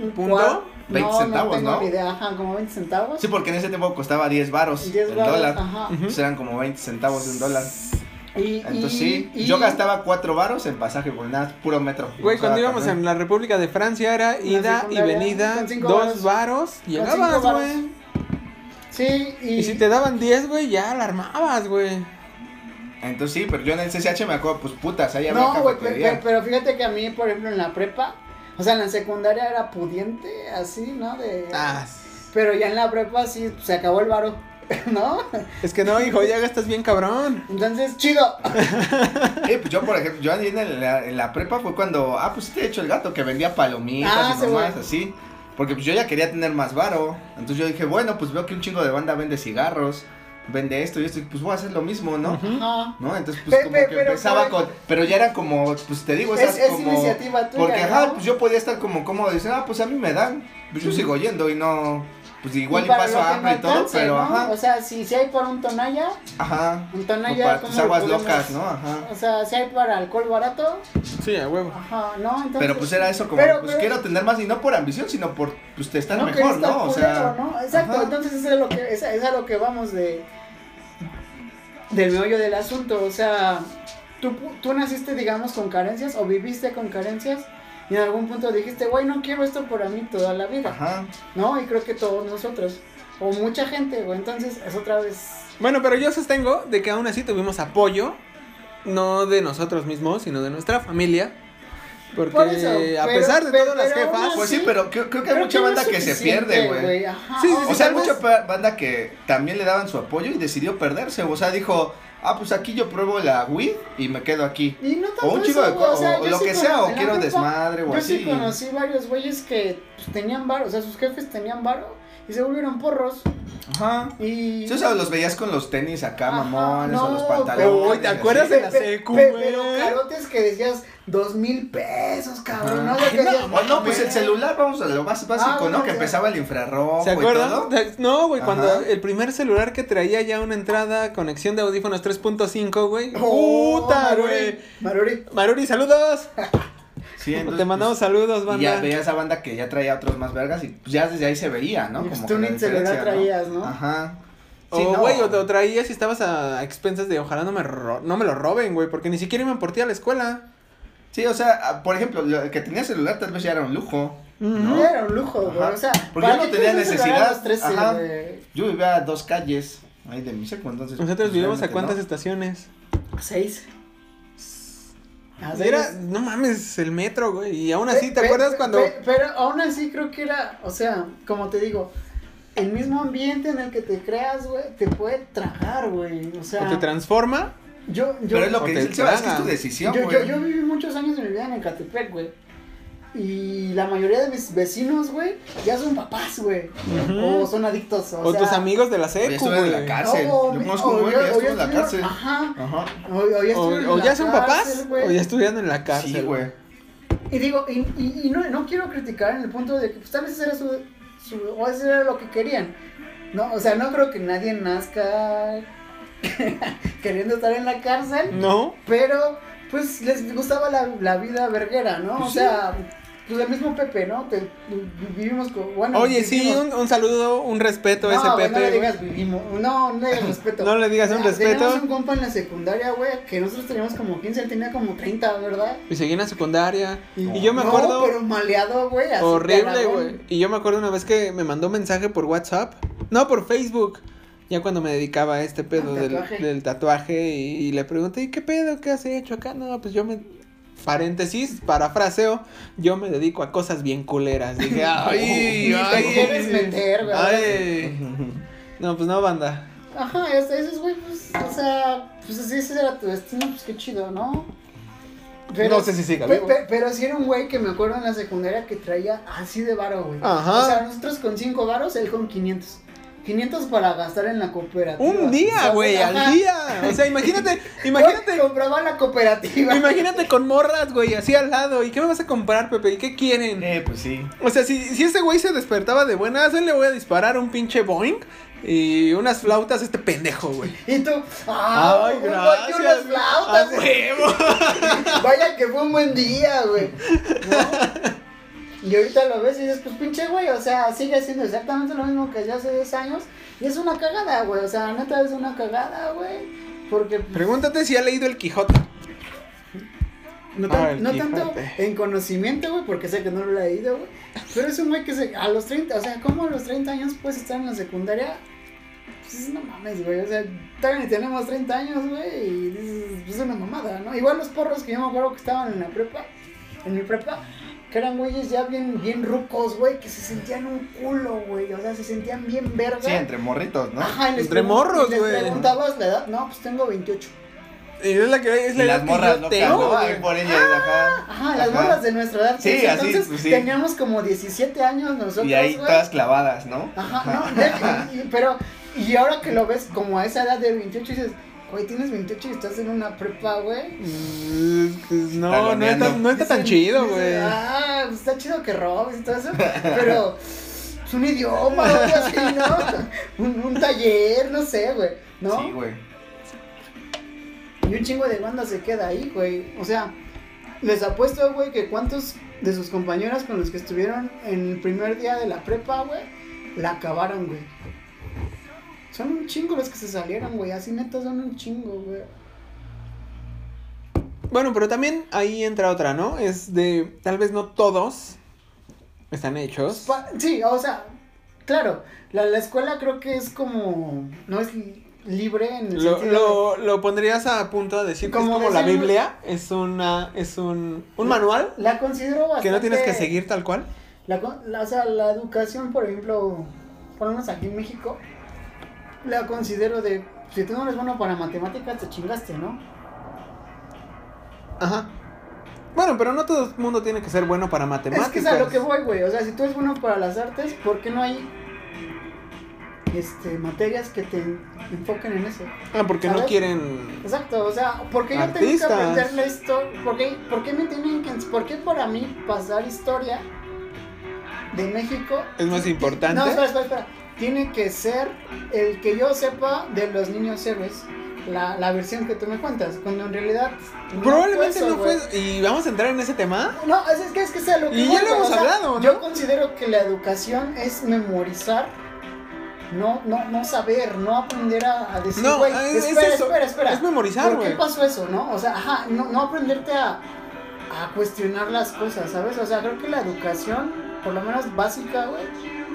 S1: un
S2: ¿Punto?
S1: cuar-
S3: 20
S1: no,
S3: centavos,
S1: no tengo
S3: ¿no?
S1: ni idea, ajá, como 20 centavos.
S3: Sí, porque en ese tiempo costaba 10 baros
S1: 10
S3: el
S1: varos,
S3: dólar.
S1: Ajá.
S2: Ujú.
S3: Pues eran como 20 centavos de un dólar.
S1: Y,
S3: Entonces
S1: y-
S3: sí,
S1: y-
S3: yo gastaba cuatro varos en pasaje, güey, nada, puro metro.
S2: Güey,
S3: O sea,
S2: cuando íbamos
S3: también.
S2: en la República de Francia era ida y
S1: secundaria,
S2: venida,
S1: con cinco
S2: dos
S1: varos.
S2: varos, llegabas,
S1: cinco varos.
S2: güey.
S1: Sí, y.
S2: Y si te daban 10, güey, ya la armabas, güey.
S3: Entonces sí, pero yo en el CCH me acuerdo, pues putas, ahí había
S1: No, güey, pero,
S3: cafetería.
S1: pero- pero fíjate que a mí, por ejemplo, en la prepa, o sea, en la secundaria era pudiente, así, ¿no? De,
S2: Ah,
S1: Pero ya en la prepa sí se acabó el varo, ¿no?
S2: es que no, hijo, ya gastas bien cabrón.
S1: Entonces, chido.
S3: Eh, pues yo, por ejemplo, yo ahí en la, en la prepa fue cuando, ah, pues sí te he hecho el gato que vendía palomitas
S1: Ah,
S3: y
S1: sí,
S3: nomás
S1: güey.
S3: así. Porque pues yo ya quería tener más varo. Entonces yo dije, bueno, pues veo que un chingo de banda vende cigarros, vende esto y esto, y pues voy a hacer lo mismo, ¿no?
S2: Ujú.
S1: Ajá.
S3: ¿No? Entonces, pues
S1: Pe-
S3: como
S1: pe-
S3: que
S1: pero
S3: empezaba
S1: por-
S3: con. Pero ya era como, pues te digo, esas
S1: Es- es
S3: como.
S1: iniciativa tuya,
S3: Porque,
S1: ¿no?
S3: ajá, pues yo podía estar como cómodo y decir, ah, pues a mí me dan. Pues yo sigo yendo y no. Pues igual y,
S1: para
S3: paso
S1: lo que me
S3: hambre y todo,
S1: alcance,
S3: pero
S1: ¿no? Pues,
S3: ajá.
S1: O sea, si, si hay por un tonalla,
S3: Ajá.
S1: un
S3: Como
S1: tonalla.
S3: para
S1: ¿cómo
S3: tus
S1: lo
S3: aguas
S1: podemos-
S3: locas, ¿no? Ajá.
S1: O sea, si hay para alcohol barato,
S2: Sí, a huevo.
S1: ajá, ¿no? Entonces,
S3: Pero pues era eso como,
S1: pero-
S3: pues
S1: pero-
S3: quiero tener más y no por ambición, sino por, pues te están
S1: no quería
S3: mejor,
S1: estar
S3: ¿no? O
S1: culero,
S3: sea.
S1: ¿no? Exacto,
S3: ajá.
S1: entonces eso es, lo que, es, es a lo que vamos de del meollo del asunto. O sea, tú, pu- tú naciste, digamos, con carencias o viviste con carencias y en algún punto dijiste, güey, no quiero esto para mí toda la vida,
S3: Ajá.
S1: ¿no? Y creo que todos nosotros, o mucha gente, güey, entonces es otra vez.
S2: Bueno, pero yo sostengo de que aún así tuvimos apoyo, no de nosotros mismos, sino de nuestra familia. Porque
S1: Por eso,
S2: a
S1: pero-
S2: pesar de
S1: pero-
S2: todas las
S1: pero aún
S2: jefas,
S1: así-
S3: Pues sí,
S1: Sí.
S3: pero creo, creo que hay
S1: Creo
S3: mucha
S1: no es
S3: banda que se
S1: suficiente,
S3: pierde, güey.
S1: Ajá,
S2: Sí, sí, sí,
S3: O sea, hay
S2: tal
S3: mucha
S2: vez.
S3: pa- banda que también le daban su apoyo y decidió perderse. O sea, dijo, ah, pues aquí yo pruebo la Wii y me quedo aquí.
S1: Y no tanto
S3: O un chico de
S1: eso,
S3: co-
S1: güey, o sea,
S3: o
S1: yo
S3: lo
S1: sí
S3: que
S1: con-
S3: sea, o
S1: en la
S3: quiero
S1: prepa,
S3: desmadre o
S1: Yo sí
S3: así.
S1: conocí varios güeyes que pues, tenían varo, o sea, sus jefes tenían varo y se volvieron porros.
S3: Ajá.
S1: Y.
S3: Sí, o sea, los veías con los tenis acá,
S1: Ajá,
S3: mamones, o los
S1: no,
S3: pantalones.
S2: uy, ¿te
S3: así.
S2: acuerdas de- la secu, güey.
S1: Pero carotes que decías dos mil pesos, cabrón. No,
S3: Ajá.
S1: Lo que decías,
S3: O Ah, no, pues
S1: güey.
S3: el celular, vamos a lo más básico,
S1: Ah, bueno,
S3: ¿no? Que
S1: ya.
S3: empezaba el infrarrojo
S2: ¿se
S3: y
S2: acuerdan?
S3: todo.
S2: No, güey, cuando
S3: Ajá.
S2: el primer celular que traía ya una entrada, conexión de audífonos 3.5, güey.
S1: Oh,
S2: ¡Puta,
S1: Maruri,
S2: güey!
S1: Maruri.
S2: Maruri, saludos.
S3: Sí, entonces,
S2: Te mandamos saludos,
S3: pues, y
S2: banda.
S3: ya veía esa banda que ya traía otros más vergas y pues, ya desde ahí se veía, ¿no?
S1: Y, pues,
S3: Como
S1: tú
S3: que la
S1: ni celular
S3: diferencia,
S1: traías, ¿no?
S3: Ajá. Sí,
S2: o,
S3: no.
S2: güey, o te lo traías y estabas a, a expensas de ojalá no me, ro- no me lo roben, güey, porque ni siquiera iban por ti a la escuela.
S3: Sí, o sea, ah, por ejemplo, lo- el que tenía celular tal vez ya era un lujo.
S2: Ujú.
S1: No era un lujo, güey.
S3: Ajá.
S1: O sea,
S3: Porque yo no tenía necesidad. Ajá.
S1: Ajá.
S3: Yo vivía a dos calles ahí de mi seco, entonces.
S2: Nosotros
S3: pues,
S2: vivimos a
S3: realmente
S2: cuántas
S3: no.
S2: estaciones.
S1: Seis. A
S2: Era,
S1: Ah, seis.
S2: no mames, el metro, güey. Y aún
S1: Pe-
S2: así, ¿te
S1: pe-
S2: acuerdas
S1: pe-
S2: cuando
S1: pe- pero aún así creo que era, o sea, como te digo, el mismo ambiente en el que te creas, güey, te puede tragar, güey. O
S2: o
S1: sea,
S2: te transforma?
S1: yo, yo,
S3: Pero es lo
S2: O
S3: que
S2: te
S3: dice el Sebas, que es
S2: tragan.
S3: tu decisión,
S1: yo,
S3: güey.
S1: yo, yo viví muchos años de mi vida en Ecatepec, güey. Y la mayoría de mis vecinos, güey, ya son papás, güey.
S2: Ujú.
S1: O son adictos. O,
S2: O,
S1: sea,
S2: tus amigos de la
S3: Oye,
S2: secu,
S3: estuve en la
S2: güey.
S1: no,
S3: cárcel.
S1: o
S3: yo
S1: mi-
S3: conozco un
S1: o
S3: güey
S1: yo-
S3: que ya
S1: o
S3: estuvo
S1: ya
S3: en la
S1: estuvieron-
S3: cárcel.
S1: Ajá.
S3: Ajá.
S1: O, o ya,
S2: O,
S1: estuvieron
S2: o
S1: en
S2: ya
S1: la
S2: son
S1: cárcel,
S2: papás,
S1: güey.
S2: o ya estudian en la
S3: Sí,
S2: cárcel.
S3: güey.
S1: Y digo, y, y- y no, no quiero criticar en el punto de que pues, tal vez era su su- o eso era lo que querían. No, o sea, no creo que nadie nazca queriendo estar en la cárcel.
S2: No.
S1: Pero, pues, les gustaba la, la vida verguera, ¿no?
S2: Pues
S1: o
S2: sí.
S1: sea, pues el mismo Pepe, ¿no? Te- vivimos con... Bueno,
S2: Oye, sí,
S1: vivimos-
S2: un, un saludo, un respeto a ese
S1: no, güey,
S2: Pepe.
S1: no le
S2: güey.
S1: digas vivimos. No, no le digas respeto.
S2: No le digas un
S1: Mira, Teníamos
S2: respeto.
S1: un compa en la secundaria, güey, que nosotros teníamos como 15, él tenía como 30, ¿verdad?
S2: Y seguí en la secundaria.
S3: No.
S2: Y yo me
S1: No,
S2: acuerdo.
S1: pero maleado, güey. así,
S2: Horrible,
S1: cagadón.
S2: güey. Y yo me acuerdo una vez que me mandó mensaje por WhatsApp. No, por Facebook. Ya cuando me dedicaba a este pedo
S1: Al
S2: del
S1: tatuaje.
S2: del tatuaje, y, y le pregunté, ¿y qué pedo? ¿Qué has hecho acá? No, pues yo me... Paréntesis, parafraseo, yo me dedico a cosas bien culeras. Dije,
S1: Ni
S2: ay,
S1: te
S2: ay,
S1: quieres meter, güey.
S2: ay. No, pues no, banda.
S1: Ajá, es- esos güey, pues, o sea, pues así ese era tu destino, pues qué chido, ¿no?
S2: No sé si siga
S1: pe-
S2: vivo.
S1: pe- pero sí era un güey que me acuerdo en la secundaria que traía así de varo, güey.
S2: Ajá.
S1: O sea, nosotros con 5 varos, él con 500. 500 para gastar en la cooperativa.
S2: Un
S1: O sea,
S2: día, güey,
S1: ajá.
S2: al día. O sea, imagínate,
S1: Güey,
S2: imagínate.
S1: Compraba la cooperativa.
S2: Imagínate con morras, güey, así al lado. ¿Y qué me vas a comprar, Pepe? ¿Y qué quieren?
S3: Eh, pues sí.
S2: O sea, si, si ese güey se despertaba de buenas, él le voy a disparar un pinche boing y unas flautas a este pendejo, güey.
S1: Y tú, ah,
S2: Ay,
S1: un güey
S2: gracias.
S1: y unas
S2: ¡A
S1: flautas.
S2: huevo!
S1: Vaya que fue un buen día, güey. ¿No? Y ahorita lo ves y dices, pues pinche güey, o sea, sigue haciendo exactamente lo mismo que hacía hace 10 años. Y es una cagada, güey. O sea, neta es una cagada, güey. Porque pues,
S2: Pregúntate si ha leído el Quijote.
S1: no, tan-
S2: Ah, el
S1: no tanto
S2: Quijote.
S1: en conocimiento, güey, porque sé que no lo he leído, güey. Pero es un güey que se, a los 30, o sea, ¿cómo a los 30 años puedes estar en la secundaria? Pues no mames, güey. O sea, todavía ni tenemos 30 años, güey. Y dices, pues es una mamada, ¿no? Igual los porros que yo me acuerdo que estaban en la prepa, en mi prepa, que eran güeyes ya bien, bien rucos, güey, que se sentían un culo, güey. O sea, se sentían bien verga.
S3: Sí, entre morritos, ¿no?
S1: Ajá, y les
S2: Entre
S1: pregun-
S2: morros,
S1: y les
S2: güey.
S1: preguntabas la edad, no, pues tengo 28.
S2: Y es la que es
S3: Y
S2: la edad
S3: las
S2: que
S3: morras
S2: yo
S3: locas,
S2: tengo,
S3: ¿no?
S2: güey.
S3: Ay, por ellas, ajá.
S1: Ah, Ajá, las
S3: Ajá.
S1: bolas de nuestra edad.
S3: Sí,
S1: pues,
S3: así,
S1: entonces
S3: pues, sí.
S1: teníamos como 17 años nosotros,
S3: Y ahí
S1: güey.
S3: todas clavadas, ¿no?
S1: Ajá, no, de- y- pero, y ahora que lo ves como a esa edad de 28, dices, güey, tienes 28 y estás en una prepa, güey.
S2: Mm, pues No, no
S3: Taloneando.
S2: está, no está tan
S1: Dicen-
S2: chido,
S1: dicen,
S2: güey.
S1: Ah, pues está chido que robes y todo eso, pero es un idioma, o algo así, ¿no? Un, un taller, no sé, güey, ¿no?
S3: Sí, güey.
S1: Y un chingo de banda se queda ahí, güey. O sea, les apuesto, güey, que cuántos de sus compañeras con los que estuvieron en el primer día de la prepa, güey, la acabaron, güey. Son un chingo los que se salieron, güey. Así neta son un chingo, güey.
S2: Bueno, pero también ahí entra otra, ¿no? Es de, tal vez no todos están hechos.
S1: Pa- Sí, o sea, claro, la, la escuela creo que es como. No es li- libre en el
S2: Lo,
S1: sentido
S2: lo, lo pondrías a punto de decir que es
S1: Como
S2: como la
S1: decían-
S2: Biblia, es una, es un, un manual
S1: de- La considero bastante.
S2: Que no tienes que seguir tal cual.
S1: La, con- la- o sea, la educación, por ejemplo, por lo menos aquí en México, la considero de, si tú no eres bueno para matemáticas, te chingaste, ¿no?
S2: Ajá. Bueno, pero no todo el mundo tiene que ser bueno para matemáticas.
S1: Es que es a lo que voy, güey. O sea, si tú eres bueno para las artes, ¿por qué no hay este, materias que te enfoquen en eso?
S2: Ah, porque no
S1: ¿Sabes?
S2: quieren.
S1: Exacto, o sea, ¿por qué yo
S2: Artistas.
S1: tengo que aprender la historia? ¿Por qué, por qué me tienen que, ens- por qué para mí pasar historia de México
S2: Es más importante.
S1: No, espera, espera, espera. Tiene que ser el que yo sepa de los niños héroes. La, la versión que tú me cuentas. Cuando en realidad. no
S2: Probablemente
S1: eso,
S2: no fue.
S1: güey.
S2: Y vamos a entrar en ese tema.
S1: No, es, es que es que sea lo que.
S2: Y
S1: voy,
S2: ya lo
S1: güey,
S2: hemos
S1: o sea,
S2: hablado, ¿no?
S1: Yo considero que la educación es memorizar. No, no, no saber, no aprender a, a decir,
S2: No,
S1: güey,
S2: es- es
S1: espera,
S2: eso,
S1: espera, espera.
S2: Es memorizar,
S1: ¿Por qué
S2: güey.
S1: pasó eso, no? O sea, ajá, no, no aprenderte a, a cuestionar las cosas, ¿sabes? O sea, creo que la educación, por lo menos básica, güey,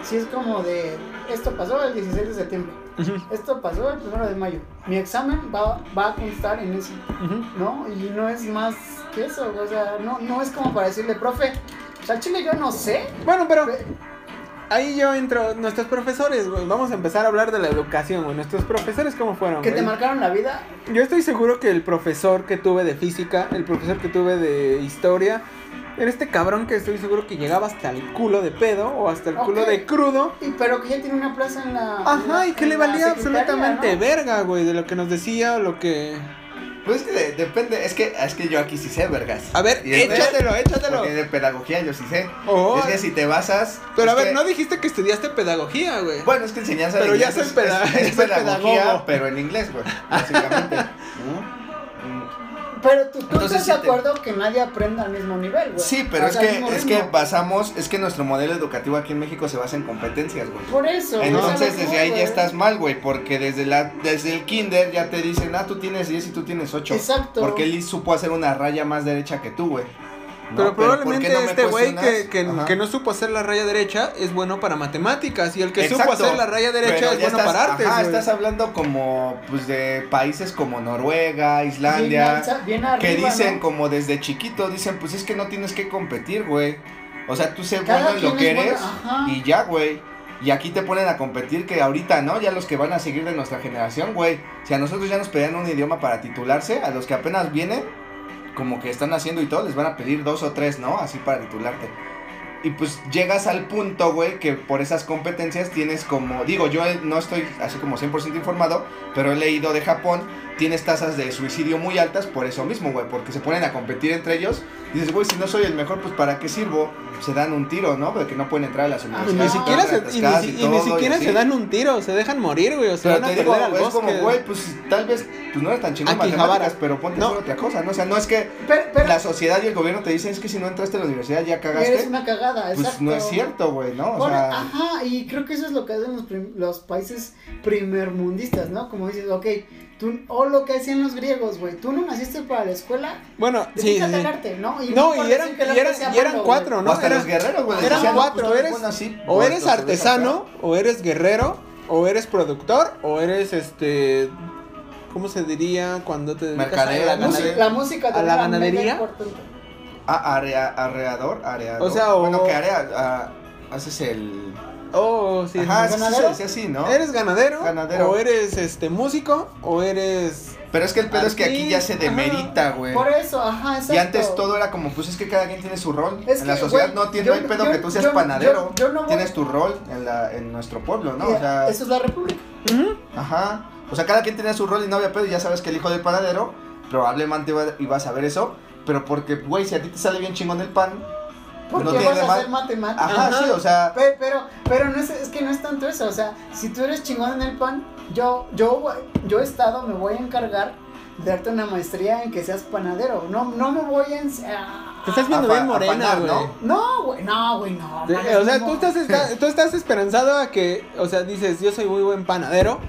S1: sí es como de, esto pasó el 16 de septiembre,
S2: Ujú,
S1: esto pasó el 1 de mayo, mi examen va, va a constar en eso,
S2: ujú.
S1: ¿no? Y no es más que eso, güey, o sea, no, no es como para decirle, profe, o sea, al chile yo no sé,
S2: Bueno, pero
S1: pe-
S2: ahí yo entro. Nuestros profesores, güey. Vamos a empezar a hablar de la educación, güey. Nuestros profesores, ¿cómo fueron?
S1: que te
S2: güey?
S1: marcaron la vida,
S2: Yo estoy seguro que el profesor que tuve de física, el profesor que tuve de historia, era este cabrón que estoy seguro que llegaba hasta el culo de pedo o hasta el culo
S1: Ok.
S2: de crudo.
S1: y, pero que ya tiene una plaza en la... en
S2: Ajá,
S1: la-
S2: y que
S1: en
S2: le
S1: la
S2: valía
S1: secretaría,
S2: absolutamente
S1: ¿no?
S2: verga, güey, de lo que nos decía o lo que...
S3: Pues es que de- depende, es que, es que yo aquí sí sé, vergas.
S2: A ver,
S3: Y este-
S2: échatelo, échatelo.
S3: Porque de pedagogía yo sí sé.
S2: Oh,
S3: es que si te basas.
S2: Pero a
S3: es
S2: ver,
S3: que-
S2: no dijiste que estudiaste pedagogía, güey.
S3: Bueno, es que enseñanza
S2: Pero
S3: de
S2: ya
S3: inglés
S2: soy peda-
S3: es,
S2: ya
S3: es
S2: soy
S3: pedagogía,
S2: pedagogo.
S3: pero en inglés, güey. Básicamente. Mm, mm.
S1: Pero tú, tú
S3: Entonces,
S1: estás
S3: sí
S1: de
S3: te-
S1: acuerdo que nadie aprenda al mismo nivel, güey.
S3: Sí, pero
S1: O
S3: es
S1: sea, al
S3: que,
S1: mismo
S3: es que
S1: ritmo.
S3: basamos, es que nuestro modelo educativo aquí en México se basa en competencias, güey.
S1: Por eso. es
S3: Entonces
S1: a lo que
S3: desde ahí
S1: voy, güey.
S3: ya estás mal, güey, porque desde la desde el kinder ya te dicen, ah, tú tienes 10 y tú tienes 8.
S1: Exacto.
S3: Porque él supo hacer una raya más derecha que tú, güey. No,
S2: Pero
S3: ¿por qué
S2: probablemente
S3: no me
S2: este güey
S3: cuestionas?
S2: que, que,
S3: Ajá.
S2: que no supo hacer la raya derecha es bueno para matemáticas y el que supo
S3: Exacto,
S2: hacer la raya
S3: pero
S2: derecha es
S3: ya
S2: bueno
S3: estás-
S2: para artes.
S3: Ajá,
S2: güey.
S3: estás hablando como, pues, de países como Noruega, Islandia,
S1: Bien alza- bien arriba,
S3: que dicen
S1: ¿no?
S3: como desde chiquito, dicen, pues es que no tienes que competir, güey. O sea, tú sé
S1: Cada
S3: bueno en lo que
S1: quien es
S3: eres
S1: bueno, ajá.
S3: y ya, güey. Y aquí te ponen a competir que ahorita, ¿no? Ya los que van a seguir de nuestra generación, güey. Si a nosotros ya nos pedían un idioma para titularse, a los que apenas vienen, como que están haciendo y todo, les van a pedir dos o tres, ¿no? Así para titularte. Y pues llegas al punto, güey, que por esas competencias tienes como, digo, yo eh, no estoy así como 100% informado, pero he leído de Japón, tienes tasas de suicidio muy altas por eso mismo, güey, porque se ponen a competir entre ellos. Y dices, güey, si no soy el mejor, pues ¿para qué sirvo? Se dan un tiro, ¿no? Porque no pueden entrar a las
S2: Y
S3: universidades.
S2: Ah,
S1: Ajá.
S2: ni siquiera, se, y ni,
S3: atascadas
S2: si- y
S3: y
S2: ni
S3: todo, y
S2: siquiera
S3: así.
S2: se dan un tiro, se dejan morir, güey. O se
S3: Pero
S2: van a
S3: te
S2: perder
S3: digo,
S2: al
S3: es como,
S2: bosque.
S3: güey, pues tal vez pues, no eres tan chingón en
S2: Akihabara.
S3: matemáticas, pero ponte a
S2: No.
S3: hacer otra cosa, ¿no? O sea, no es que
S1: Pero, pero
S3: la sociedad y el gobierno te dicen, es que si no entraste a la universidad ya cagaste.
S1: eres una cagada,
S3: Pues
S1: exacto.
S3: no es cierto, güey, ¿no? O
S1: Por- e,
S3: sea,
S1: ajá, y creo que eso es lo que hacen los, prim- los países primermundistas, ¿no? Como dices, ok, tú, o lo que hacían los griegos, güey, tú no naciste para la escuela,
S2: Bueno, sí.
S1: dedícate
S2: sí.
S1: al arte, ¿no?
S2: No,
S1: por
S2: y
S1: decir
S2: eran,
S1: que el
S2: y
S1: arte
S2: eran,
S1: sea
S2: y eran
S1: malo,
S2: cuatro,
S1: güey.
S2: ¿no?
S3: o hasta
S2: Era-
S3: los guerreros, güey. les
S2: eran
S3: decían, no,
S2: cuatro,
S3: tú
S2: eres-
S3: bueno así,
S2: o
S3: vos
S2: eres
S3: lo sabes
S2: artesano,
S3: acá.
S2: o eres guerrero, o eres productor, o eres este. ¿Cómo se diría cuando te dedicas
S3: Mercadero,
S2: a la
S1: La
S3: no sé.
S1: música- La
S2: ganadería?
S1: música
S2: ¿A la
S1: también era
S2: ganadería?
S1: mega importante.
S3: Ah, area- areador, areador.
S2: O sea, o-
S3: Bueno, que area... ah, haces el...
S2: Oh, sí.
S3: Ajá, es que sí se
S1: ¿Ganadero?
S3: decía así, ¿no?
S2: Eres ganadero,
S3: Ganadero.
S2: o eres este músico, o eres
S3: Pero es que el pedo es que aquí ya se
S2: Artista,
S3: demerita, güey.
S1: Por eso, ajá, exacto.
S3: Y antes todo era como, pues es que cada quien tiene su rol.
S1: Es
S3: en la
S1: que,
S3: sociedad
S1: güey,
S3: no, tiene,
S1: yo-
S3: no hay pedo
S1: yo-
S3: que tú seas
S1: yo-
S3: panadero.
S1: yo- yo no voy-
S3: Tienes tu rol en, la, en nuestro pueblo, ¿no? O
S1: Mira,
S3: sea,
S1: Eso es la república.
S2: Ujú.
S3: Ajá. O sea, cada quien tenía su rol y no había pedo. Y ya sabes que el hijo del panadero probablemente iba, iba a saber eso. Pero porque, güey, si a ti te sale bien chingón el pan.
S1: Porque
S3: No tiene
S1: vas a
S3: mal-
S1: hacer matemáticas.
S3: Ajá,
S2: Ajá.
S3: sí, o sea.
S1: Pe- Pero, pero no es, es que no es tanto eso, o sea, si tú eres chingón en el pan, yo, yo, voy- yo he estado, me voy a encargar de darte una maestría en que seas panadero. No, no me voy a... ens- a-
S2: Te estás viendo
S3: apa-
S2: bien morena,
S3: apañar,
S2: güey.
S3: ¿no?
S1: No, güey, no, güey, no.
S2: De-
S1: mames,
S2: O sea,
S1: no.
S2: tú estás, esta- tú estás esperanzado a que, o sea, dices, yo soy muy buen panadero.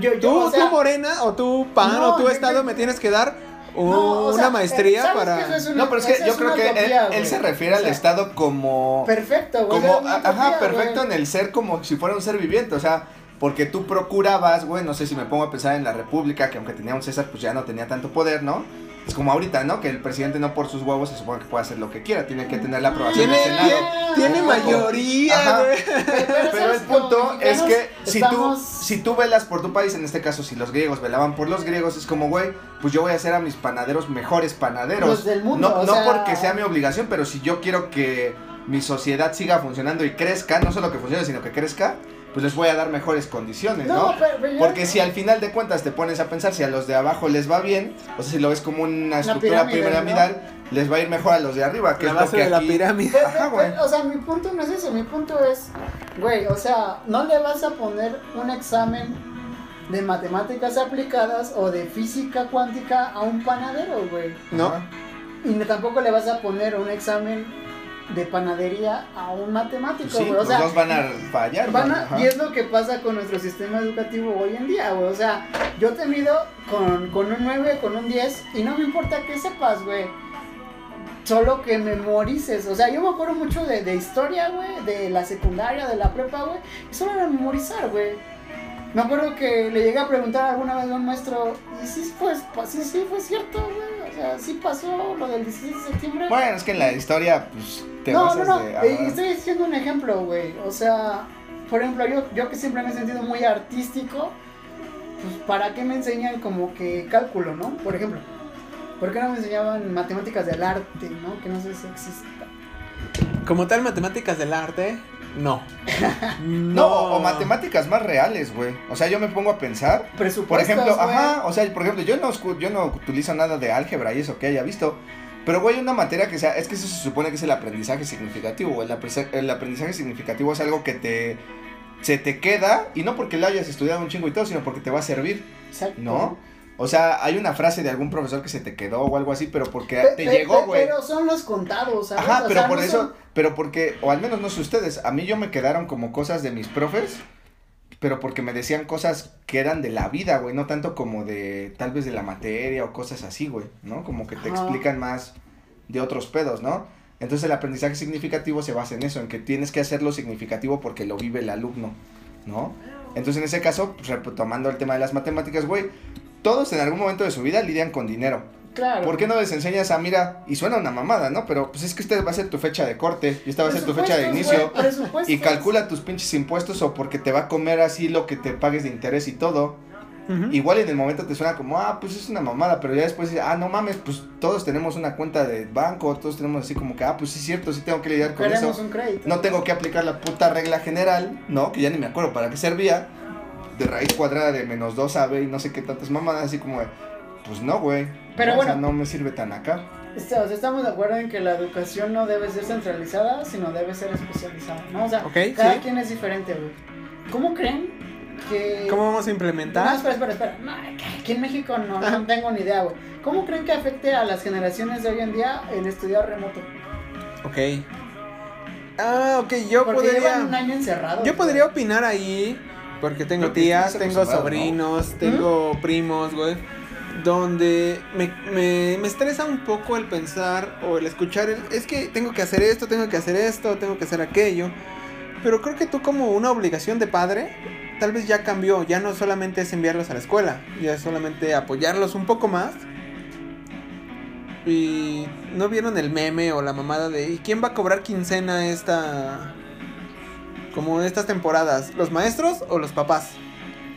S1: Yo, yo,
S2: Tú,
S1: o sea,
S2: tú morena, o tú pan,
S1: no,
S2: o tú
S1: yo
S2: estado,
S1: creo-
S2: me tienes que dar un-
S1: no, o
S2: una
S1: sea, eh,
S2: maestría
S1: ¿sabes
S2: para...
S1: que eso es una-
S3: No, pero es que
S1: esa
S3: yo creo
S1: una
S3: que él-
S1: utopía,
S3: él,
S1: güey?
S3: se refiere
S1: O
S3: al
S1: sea,
S3: Estado como.
S1: Perfecto, güey.
S3: como
S1: es una
S3: a- ajá,
S1: utopía, güey.
S3: perfecto en el ser como si fuera un ser viviente, o sea, porque tú procurabas, güey, no sé si me pongo a pensar en la República, que aunque tenía un César, pues ya no tenía tanto poder, ¿no? Es como ahorita, ¿no? Que el presidente no por sus huevos se supone que puede hacer lo que quiera, tiene que tener la aprobación
S2: Tiene,
S3: del Senado.
S1: Ah,
S2: tiene
S1: un poco.
S2: mayoría,
S3: Ajá.
S2: güey.
S3: Pero el
S1: ¿sabes? Como
S3: punto es
S1: mexicanos
S3: que si tú,
S1: estamos-
S3: si tú velas por tu país, en este caso si los griegos velaban por los griegos, es como, güey, pues yo voy a hacer a mis panaderos mejores panaderos.
S1: Los del mundo,
S3: no
S1: o
S3: no
S1: sea-
S3: porque sea mi obligación, pero si yo quiero que mi sociedad siga funcionando y crezca, no solo que funcione, sino que crezca, pues les voy a dar mejores condiciones, ¿no?
S1: No, pero- pero yo-
S3: Porque si al final de cuentas te pones a pensar si a los de abajo les va bien, o sea, si lo ves como una estructura
S1: pirámide, ¿no?
S3: piramidal, les va a ir mejor a los de arriba, que
S2: La
S3: es lo
S2: base
S3: que
S2: de la
S3: aquí-
S2: pirámide.
S1: Pero,
S3: Ajá,
S1: pero,
S3: güey.
S1: pero, O sea, mi punto no es eso, mi punto es, güey, o sea, no le vas a poner un examen de matemáticas aplicadas o de física cuántica a un panadero, güey.
S2: No,
S3: Ajá.
S1: Y no- tampoco le vas a poner un examen de panadería a un
S3: Pues
S1: matemático,
S3: sí,
S1: güey. O
S3: los
S1: sea,
S3: dos van a fallar.
S1: van
S3: güey,
S1: a-
S3: ajá.
S1: y es lo que pasa con nuestro sistema educativo hoy en día, güey. O sea, yo te mido con, con un 9, con un 10 y no me importa que sepas, güey. Solo que memorices. O sea, yo me acuerdo mucho de, de historia, güey, de la secundaria, de la prepa, güey. Y solo era memorizar, güey. Me acuerdo que le llegué a preguntar alguna vez a un maestro, y sí, pues, pa- sí, sí, fue cierto, güey. O sea, sí pasó lo del 16 de septiembre.
S3: Bueno, es que en la historia, pues, te
S1: No, no,
S3: basas
S1: no,
S3: de...
S1: eh,
S3: ajá.
S1: estoy diciendo un ejemplo, güey. O sea, por ejemplo, yo, yo que siempre me he sentido muy artístico, pues ¿para qué me enseñan como que cálculo, no? Por ejemplo, ¿por qué no me enseñaban matemáticas del arte, no? Que no sé si exista.
S2: como tal, matemáticas del arte. No.
S3: No, o, o matemáticas más reales, güey. O sea, yo me pongo a pensar.
S1: Presupuestos,
S3: Por ejemplo,
S1: güey.
S3: ajá, o sea, por ejemplo, yo no, escu- yo no utilizo nada de álgebra y eso que haya visto. Pero, güey, una materia que sea. Es que eso se supone que es el aprendizaje significativo. güey. El, apresa- el aprendizaje significativo es algo que te. Se te queda. Y no porque lo hayas estudiado un chingo y todo, sino porque te va a servir,
S1: Exacto.
S3: ¿no? O sea, hay una frase de algún profesor que se te quedó o algo así, pero porque
S1: Pe-
S3: te
S1: pe-
S3: llegó,
S1: pe-
S3: güey.
S1: Pero son los contados, ¿sabes?
S3: Ajá,
S1: O
S3: pero
S1: sea,
S3: por
S1: no
S3: eso,
S1: son-
S3: pero porque, o al menos no sé ustedes, a mí yo me quedaron como cosas de mis profes, pero porque me decían cosas que eran de la vida, güey, no tanto como de, tal vez de la materia o cosas así, güey, ¿no? Como que te
S1: Ajá.
S3: explican más de otros pedos, ¿no? Entonces el aprendizaje significativo se basa en eso, en que tienes que hacerlo significativo porque lo vive el alumno, ¿no? Entonces en ese caso, pues, retomando el tema de las matemáticas, güey, todos en algún momento de su vida lidian con dinero.
S1: Claro.
S3: ¿Por qué no les enseñas a, mira, y suena una mamada, ¿no? Pero pues es que esta va a ser tu fecha de corte y esta va a ser tu fecha de
S1: Presupuestos,
S3: inicio.
S1: güey, presupuestos.
S3: Y calcula tus pinches impuestos o porque te va a comer así lo que te pagues de interés y todo.
S2: Ujú.
S3: Igual en el momento te suena como, ah, pues es una mamada, pero ya después dices, ah, no mames, pues todos tenemos una cuenta de banco, todos tenemos así como que, ah, pues sí es cierto, sí tengo que lidiar con
S1: Queremos
S3: eso.
S1: un crédito.
S3: No tengo que aplicar la puta regla general, ¿no? Que ya ni me acuerdo para qué servía. De raíz cuadrada de menos 2 AB y no sé qué tantas mamadas, así como, de, pues no, güey.
S1: Pero
S3: O sea,
S1: bueno.
S3: no me sirve tan acá.
S1: Este, o sea, estamos de acuerdo en que la educación no debe ser centralizada, sino debe ser especializada, ¿no? O sea,
S2: Ok,
S1: cada
S2: sí.
S1: quien es diferente, güey. ¿Cómo creen que...?
S2: ¿Cómo vamos a
S1: No,
S2: implementar?
S1: espera, espera, espera. No, aquí en México no, no tengo ni idea, güey. ¿Cómo creen que afecte a las generaciones de hoy en día el estudiar remoto?
S2: Ok. Ah, ok, yo
S1: Porque
S2: podría.
S1: llevan un año encerrado.
S2: Yo podría opinar ahí, porque tengo
S3: Pero que
S2: tías,
S3: estás
S2: tengo
S3: acostumbrado,
S2: sobrinos, tengo primos, güey. Donde me, me- me estresa un poco el pensar o el escuchar, el, es que tengo que hacer esto, tengo que hacer esto, tengo que hacer aquello. Pero creo que tú como una obligación de padre, tal vez ya cambió, ya no solamente es enviarlos a la escuela, ya es solamente apoyarlos un poco más. Y no vieron el meme o la mamada de ¿y quién va a cobrar quincena esta como estas temporadas, los maestros o los papás?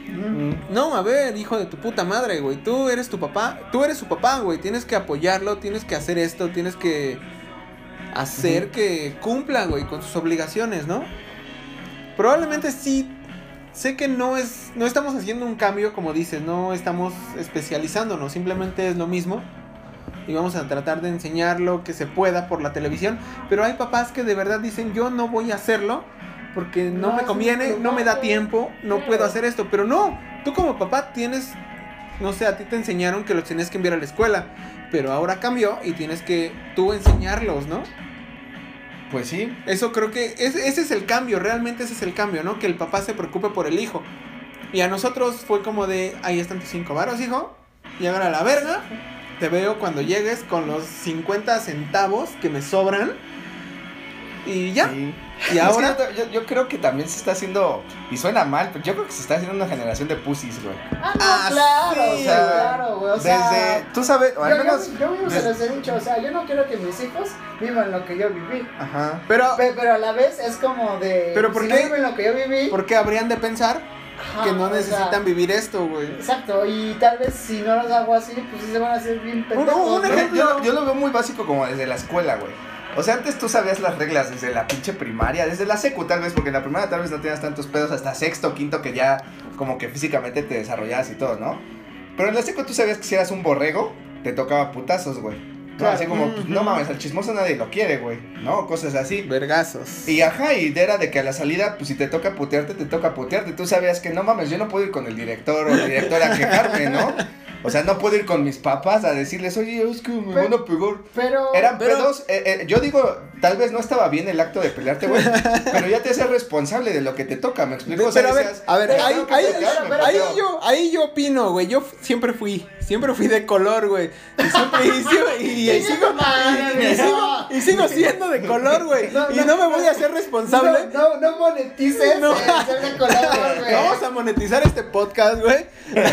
S1: Ujú.
S2: No, a ver, hijo de tu puta madre, güey. Tú eres tu papá, tú eres su papá, güey. Tienes que apoyarlo, tienes que hacer esto, tienes que hacer
S3: Ujú.
S2: que cumpla, güey, con sus obligaciones, ¿no? Probablemente sí. Sé que no es, no estamos haciendo un cambio, como dices, no estamos especializándonos, simplemente es lo mismo. Y vamos a tratar de enseñar lo que se pueda por la televisión. Pero hay papás que de verdad dicen, yo no voy a hacerlo porque no,
S1: No, es
S2: me
S1: un
S2: conviene, no me da
S1: trabajo".
S2: tiempo, no
S1: Claro.
S2: puedo hacer esto. Pero no, tú como papá tienes, no sé, a ti te enseñaron que los tenías que enviar a la escuela. Pero ahora cambió y tienes que tú enseñarlos, ¿no?
S3: Pues sí,
S2: Eso creo que es- ese es el cambio, realmente ese es el cambio, ¿no? Que el papá se preocupe por el hijo. Y a nosotros fue como de, ahí están tus cinco varos, hijo. Y ahora la verga, te veo cuando llegues con los 50 centavos que me sobran. Y ya.
S3: sí.
S2: Y
S3: Es
S2: ahora...
S3: que yo, yo- yo creo que también se está haciendo, y suena mal, pero yo creo que se está haciendo una generación de pussies, güey.
S1: Ah, no,
S2: Ah,
S1: claro,
S2: sí,
S1: o sea,
S3: güey.
S1: claro, güey. O sea,
S3: Desde, tú sabes, o al
S1: yo,
S3: menos,
S1: yo, yo mismo
S3: des-
S1: se los he dicho, o sea, yo no quiero que mis hijos vivan lo que yo viví.
S3: ajá.
S2: Pero,
S1: Pe- Pero a la vez es como de.
S2: Pero ¿por
S1: si
S2: qué?
S1: No viven lo que yo viví.
S2: ¿por qué habrían de pensar
S1: ajá,
S2: que no
S1: Ah, o sea,
S2: necesitan vivir esto, güey?
S1: Exacto, y tal vez si no los hago así, pues sí se van a hacer bien pendejos.
S2: un
S1: ¿no?
S3: Yo, yo- yo lo veo muy básico como desde la escuela, güey. O sea, antes tú sabías las reglas desde la pinche primaria, desde la secu tal vez, porque en la primaria tal vez no tenías tantos pedos hasta sexto, quinto, que ya como que físicamente te desarrollabas y todo, ¿no? Pero en la secu tú sabías que si eras un borrego, te tocaba putazos, güey. ¿no?
S1: Claro.
S3: Así como, pues, no
S2: Ujú.
S3: mames, al chismoso nadie lo quiere, güey, ¿no? Cosas así.
S2: Vergazos.
S3: Y ajá, y era de que a la salida, pues si te toca putearte, te toca putearte. Tú sabías que no mames, yo no puedo ir con el director o la directora a quejarme, ¿no? O sea, no puedo ir con mis papás a decirles, oye, es que me van a pegar.
S1: Pero.
S3: Eran
S2: Pero-
S3: pedos, eh, eh, yo digo, tal vez no estaba bien el acto de pelearte, güey, pero ya te haces responsable de lo que te toca, ¿me explico? O sea,
S2: pero a ver,
S3: decías, pues,
S2: a ver,
S3: "Me
S2: ahí,
S3: tengo que
S2: ahí-
S3: putear, me
S2: ahí
S3: puteo".
S2: yo, ahí yo opino, güey. Yo f- siempre fui, siempre fui de color, güey. Y siempre y, sigo- y- y sigo, y, y sigo, y sigo siendo de color, güey.
S1: No,
S2: y
S1: no,
S2: no me voy a hacer responsable.
S1: No, no, no monetices eh,
S2: No.
S1: no. ser de color, güey.
S2: Vamos a monetizar este podcast, güey.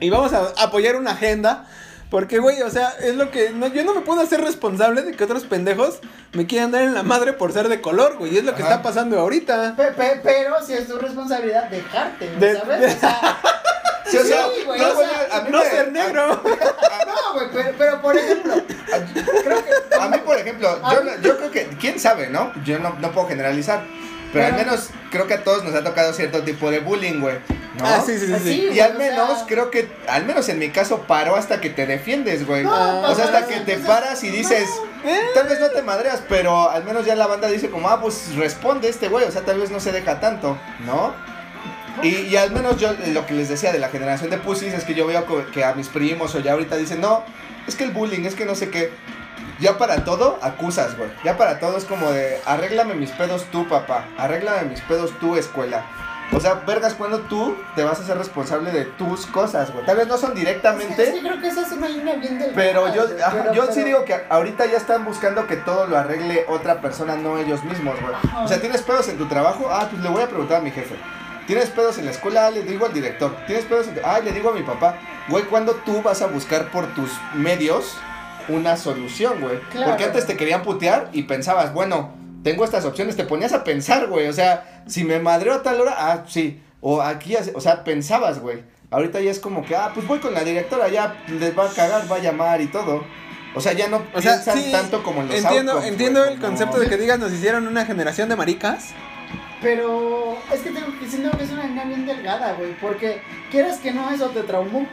S2: y vamos a apoyar una agenda. Porque, güey, o sea, es lo que. no- yo no me puedo hacer responsable de que otros pendejos me quieran dar en la madre por ser de color, güey. Y es lo que
S3: Ajá.
S2: está pasando ahorita.
S1: Pe- pe- pero si es tu responsabilidad dejarte, güey,
S2: De-
S1: ¿sabes? O sea,
S3: Sí, o sea,
S1: Sí, güey,
S3: no,
S1: o
S3: güey,
S1: sea,
S3: a mí
S2: No
S3: me-
S2: ser negro.
S1: No, güey, pero, pero por ejemplo, creo que
S3: A, a mí, por ejemplo,
S1: A
S3: yo,
S1: mí-
S3: no- yo creo que, quién sabe, ¿no? Yo no, no puedo generalizar. Pero al
S1: Pero-
S3: menos creo que a todos nos ha tocado cierto tipo de bullying, güey. ¿no?
S2: Ah, sí, sí, sí.
S1: Así,
S2: sí.
S1: güey,
S3: Y al
S1: o
S3: menos,
S1: sea-
S3: creo que, al menos en mi caso, paró hasta que te defiendes, güey.
S1: No,
S3: o sea, hasta
S1: pero-
S3: que te
S1: entonces-
S3: paras y dices,
S2: ¿Eh?
S3: tal vez no te madreas, pero al menos ya la banda dice como, ah, pues responde este güey, o sea, tal vez no se deja tanto, ¿no? Y, y al menos yo eh, lo que les decía de la generación de pussies es que yo veo co- que a mis primos o ya ahorita dicen, no, es que el bullying, es que no sé qué. Ya para todo acusas, güey. Ya para todo es como de, arréglame mis pedos tú, papá. Arréglame mis pedos tú, escuela. O sea, vergas, cuando tú te vas a ser responsable de tus cosas, güey. Tal vez no son directamente.
S1: Sí, creo que esa es una línea bien delgada.
S3: Pero yo,
S1: güey,
S3: ajá,
S1: pero-
S3: yo sí
S1: pero-
S3: digo que ahorita ya están buscando que todo lo arregle otra persona, no ellos mismos, güey.
S1: Ajá.
S3: O sea, ¿tienes pedos en tu trabajo? Ah, pues le voy a preguntar a mi jefe. ¿Tienes pedos en la escuela? Ah, le digo al director. ¿Tienes pedos en tu... Ah, le digo a mi papá. Güey, ¿cuándo tú vas a buscar por tus medios una solución, güey?
S1: Claro.
S3: Porque antes te querían putear y pensabas, bueno, tengo estas opciones. Te ponías a pensar, güey. O sea, si me madreo a tal hora, ah, sí. O aquí, así- o sea, pensabas, güey. Ahorita ya es como que, ah, pues voy con la directora, ya les va a cagar, va a llamar y todo. O sea, ya no
S2: O sea,
S3: piensan
S2: sí,
S3: tanto como en los
S2: entiendo,
S3: outcomes,
S2: entiendo
S3: güey,
S2: el
S3: como-
S2: concepto de que digas nos hicieron una generación de maricas.
S1: Pero es que tengo que siento que es una línea bien delgada, güey. Porque quieras que no, eso te traumó.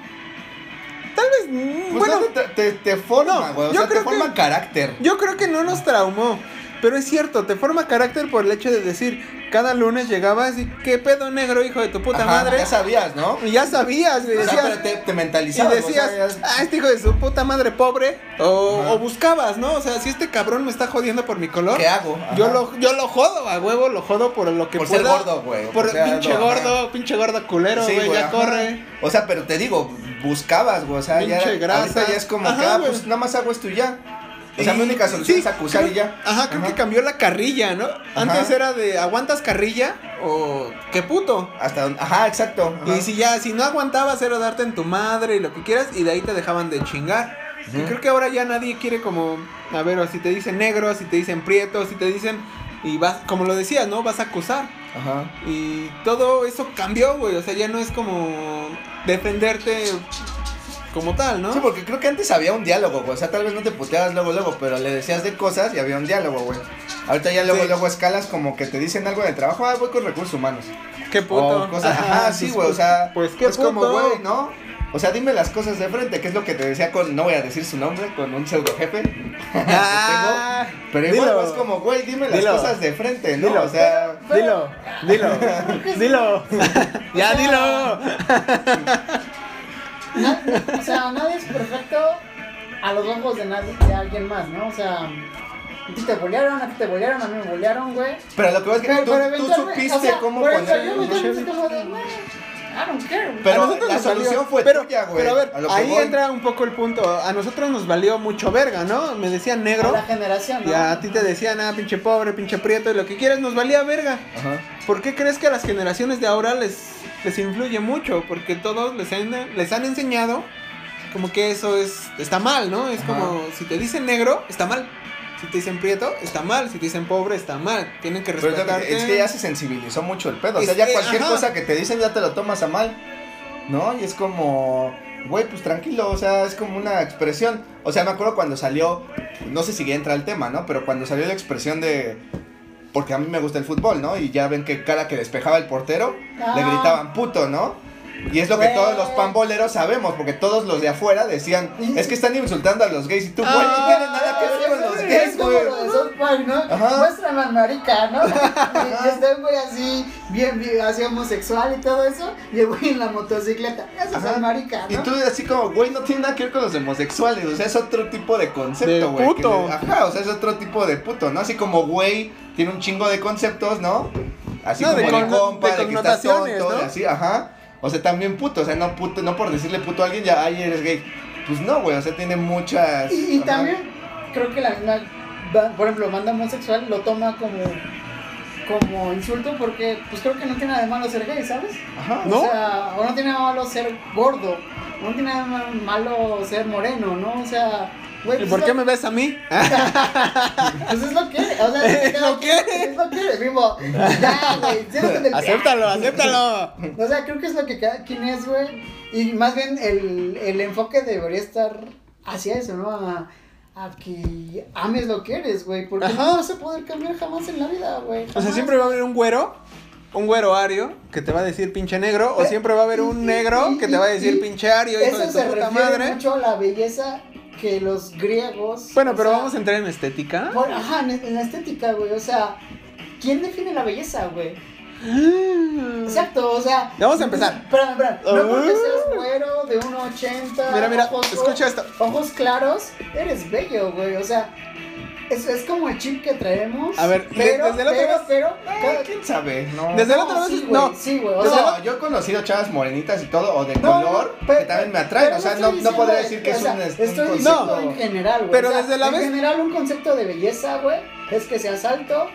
S2: Pues, mm,
S3: Pues
S2: bueno,
S3: no, te, te, te forma,
S2: no,
S3: güey. o
S2: yo
S3: sea, te
S2: creo que-
S3: forma carácter.
S2: yo creo que no nos traumó. Pero es cierto, te forma carácter por el hecho de decir, cada lunes llegabas y qué pedo negro, hijo de tu puta
S3: Ajá,
S2: madre.
S3: Ya sabías, ¿no?
S2: Y ya sabías, güey,
S3: O sea,
S2: decías-
S3: pero te, te
S2: Y
S3: mentalizabas. o sea,
S2: decías,
S3: ya-
S2: ah, este hijo de su puta madre pobre. O,
S3: Ajá.
S2: o buscabas, ¿no? O sea, si este cabrón me está jodiendo por mi color,
S3: ¿qué hago? Ajá.
S2: yo lo, yo lo jodo, a huevo, lo jodo por lo que
S3: Por
S2: pueda.
S3: ser gordo, güey. o
S2: Por
S3: ser
S2: pinche
S3: algo, ajá.
S2: gordo, pinche gordo culero,
S3: Sí,
S2: güey, ya
S3: ajá.
S2: corre.
S3: O sea, pero te digo, buscabas, güey. O sea, ya,
S2: Pinche grasa.
S3: ahorita ya es como
S2: Ajá,
S3: que, ah,
S2: güey.
S3: pues nada más hago esto y ya. O sea,
S2: Y-
S3: mi única solución
S2: sí,
S3: es acusar
S2: creo-
S3: y ya.
S2: Ajá, creo
S3: Ajá.
S2: que cambió la carrilla, ¿no? Antes era de aguantas carrilla o qué puto.
S3: Hasta donde- Ajá, exacto. ajá.
S2: Y si ya, si no aguantabas era darte en tu madre y lo que quieras, y de ahí te dejaban de chingar.
S3: Ujú.
S2: Y creo que ahora ya nadie quiere como, a ver, o si te dicen negro, si te dicen prieto, si te dicen, y vas, como lo decías, ¿no? Vas a acusar.
S3: Ajá.
S2: Y todo eso cambió, güey, o sea, ya no es como defenderte como tal, ¿no?
S3: Sí, porque creo que antes había un diálogo, güey. O sea, tal vez no te puteabas luego, luego, pero le decías de cosas y había un diálogo, güey. Ahorita ya luego,
S2: Sí.
S3: luego escalas como que te dicen algo de trabajo, ah, voy con recursos humanos.
S2: qué puto.
S3: O cosas, ajá, sí, güey, o sea,
S2: pues qué
S3: es como,
S2: puto.
S3: güey, ¿no? O sea, dime las cosas de frente, que es lo que te decía con, no voy a decir su nombre, con un pseudo jefe.
S2: Ah,
S3: Pero
S2: dilo.
S3: igual es como, güey, dime las
S2: Dilo.
S3: cosas de frente, ¿no?
S2: Dilo.
S3: O sea,
S2: Dilo, dilo, dilo. ya dilo.
S1: Na- o sea, nadie es perfecto a los ojos de nadie, de alguien más, ¿no? O sea, a ti te bolearon, a ti te bolearon, a mí me bolearon, güey.
S3: pero lo que pasa es que tú, tú
S1: eventualmente-
S3: supiste
S1: o sea,
S3: cómo
S1: por
S3: poner...
S1: ejemplo, yo eventualmente como de, "Bueno, I don't care. güey".
S3: Pero
S2: A nosotros
S3: la
S2: nos valió.
S3: solución fue
S2: pero,
S3: tuya, güey,
S2: Pero a ver,
S3: a lo que
S2: ahí
S3: voy.
S2: entra un poco el punto. A nosotros nos valió mucho verga, ¿no? Me decían negro.
S1: A la generación, ¿no?
S2: Y a ti te decían, ah, pinche pobre, pinche prieto, y lo que quieras, nos valía verga.
S3: Ajá.
S2: ¿Por qué crees que a las generaciones de ahora les, les influye mucho? Porque todos les han, les han enseñado como que eso es está mal, ¿no? Es
S3: Ajá.
S2: como, si te dicen negro, está mal. Si te dicen prieto, está mal. Si te dicen pobre, está mal. Tienen que
S3: Pero es lo
S2: respetarte.
S3: que- es que ya se sensibilizó mucho el pedo. O sea,
S2: Es
S3: ya
S2: que,
S3: cualquier
S2: ajá.
S3: cosa que te dicen ya te lo tomas a mal. ¿No? Y es como, güey, pues tranquilo. O sea, es como una expresión. O sea, me acuerdo cuando salió, no sé si ya entra el tema, ¿no? Pero cuando salió la expresión de. Porque a mí me gusta el fútbol, ¿no? Y ya ven que cada que despejaba el portero, le
S1: Ah.
S3: gritaban puto, ¿no? Y es lo que
S1: Güey.
S3: todos los pamboleros sabemos, porque todos los de afuera decían, es que están insultando a los gays y tú, güey, no
S2: Ah.
S3: tiene nada que ver con los gays,
S1: Es como lo
S3: güey.
S1: de South Park, ¿no?
S3: Ajá.
S1: Muéstrame al marica, ¿no? Y está el güey así, bien, bien, así homosexual y todo eso. Y el güey en la motocicleta. Eso es
S3: Ajá.
S1: el marica,
S3: Y
S1: ¿no?
S3: tú así como, güey, no tiene nada que ver con los homosexuales, o sea, es otro tipo de
S2: De
S3: concepto, güey. que
S2: puto.
S3: le- Ajá, o sea, es otro tipo de puto, ¿no? Así como, güey, tiene un chingo de conceptos, ¿no? Así
S2: No,
S3: como
S2: de
S3: de,
S2: con-
S3: compa,
S2: de
S3: de, que estás
S2: connotaciones,
S3: tonto,
S2: ¿no?
S3: de así, ajá. O sea, también puto, o sea, no puto, no por decirle puto a alguien ya, ay, eres gay. Pues no, güey, o sea, tiene muchas...
S1: Y, y
S3: ajá.
S1: también creo que la misma, ba- por ejemplo, banda homosexual lo toma como, como insulto porque pues creo que no tiene nada de malo ser gay, ¿sabes?
S3: Ajá.
S2: ¿No?
S1: O sea, o no tiene nada de malo ser gordo, o no tiene nada de malo ser moreno, ¿no? O sea, Güey,
S2: ¿Y
S1: pues
S2: por
S1: es
S2: qué
S1: lo-
S2: me ves a mí?
S1: Pues es lo que eres. O sea,
S2: Es lo
S1: cada quien-
S2: que eres.
S1: Es lo que eres, primo. Ya, güey. siento que en el-
S2: Acéptalo, acéptalo.
S1: O sea, creo que es lo que cada quien es, güey. Y más bien el, el enfoque debería estar hacia eso, ¿no? A, a que ames lo que eres, güey. Porque
S2: Ajá.
S1: no vas a poder cambiar jamás en la vida, güey.
S2: O sea,
S1: jamás.
S2: siempre va a haber un güero, un güero ario, que te va a decir pinche negro, o
S1: Eh,
S2: siempre va a haber
S1: y-
S2: un
S1: y-
S2: negro
S1: y-
S2: que te va a
S1: y-
S2: decir
S1: y
S2: pinche ario, hijo de
S1: Eso
S2: tu
S1: se
S2: puta
S1: refiere
S2: madre.
S1: mucho a la belleza que los griegos.
S2: Bueno,
S1: o
S2: pero
S1: sea,
S2: vamos a entrar en estética.
S1: por- ajá, en, en la estética, güey. O sea, ¿quién define la belleza, güey? Exacto, o sea.
S2: Mm. Ya vamos a empezar.
S1: Espérame, espérame. No porque
S2: Ah.
S1: seas güero de 1,80.
S2: Mira, mira,
S1: ojos-
S2: escucha esto.
S1: Ojos claros, eres bello, güey. O sea, es, es como el chip que traemos.
S2: A ver, de-
S1: pero,
S2: desde la otra
S1: pero,
S2: vez-
S1: pero,
S3: Ah,
S1: cada-
S3: ¿Quién sabe? No.
S2: Desde la otra vez-
S1: sí, güey,
S2: no.
S1: sí, güey. O
S2: Desde
S1: sea,
S2: la-
S3: No, yo he conocido chavas morenitas y todo, o de
S1: No, no,
S3: color,
S1: pero-
S3: que también me atraen.
S1: pero
S3: O sea,
S1: estoy
S3: no, no
S1: diciendo
S3: podría
S1: de-
S3: decir que
S1: o
S3: es
S1: sea,
S3: un, un
S1: Estoy
S3: concepto-
S1: diciendo en general, güey.
S2: Pero
S1: o sea,
S2: desde la
S1: En
S2: vez-
S1: general, un concepto de belleza, güey, es que seas alto,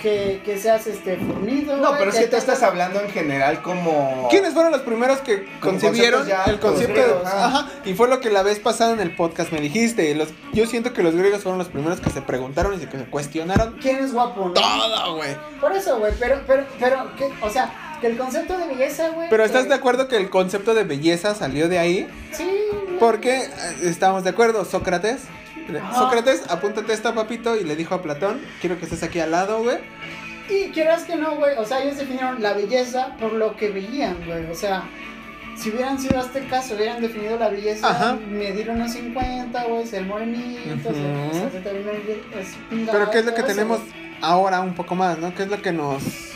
S1: que, que seas este, fornido.
S3: No,
S1: güey,
S3: pero es que tú
S1: tengas-
S3: estás hablando en general como.
S2: ¿Quiénes fueron los primeros que
S3: Como
S2: concibieron
S3: conceptos ya,
S2: el concepto
S3: los
S2: de...
S3: griegos,
S2: Ajá.
S3: ajá.
S2: y fue lo que la vez pasada en el podcast me dijiste. Los, yo siento que los griegos fueron los primeros que se preguntaron y se, que se cuestionaron
S1: ¿Quién es guapo, no?
S2: todo, güey.
S1: Por eso, güey, pero, pero, pero, que, o sea, que el concepto de belleza, güey.
S2: Pero ¿estás
S1: eh,
S2: de acuerdo que el concepto de belleza salió de ahí?
S1: Sí. güey.
S2: Porque eh, estamos de acuerdo, Sócrates.
S1: Ajá.
S2: Sócrates, apúntate esta papito y le dijo a Platón, quiero que estés aquí al lado, güey.
S1: Y quieras que no, güey, o sea, ellos definieron la belleza por lo que veían, güey, o sea. Si hubieran sido aztecas, hubieran definido la belleza,
S2: Ajá.
S1: medir unos 50, güey, ser morenito,
S2: Ujú.
S1: ser- o sea, se te viene el- es pingado,
S2: Pero ¿qué es lo
S1: todo
S2: que
S1: eso,
S2: tenemos
S1: güey.
S2: ahora un poco más, no? ¿Qué es lo que nos... Es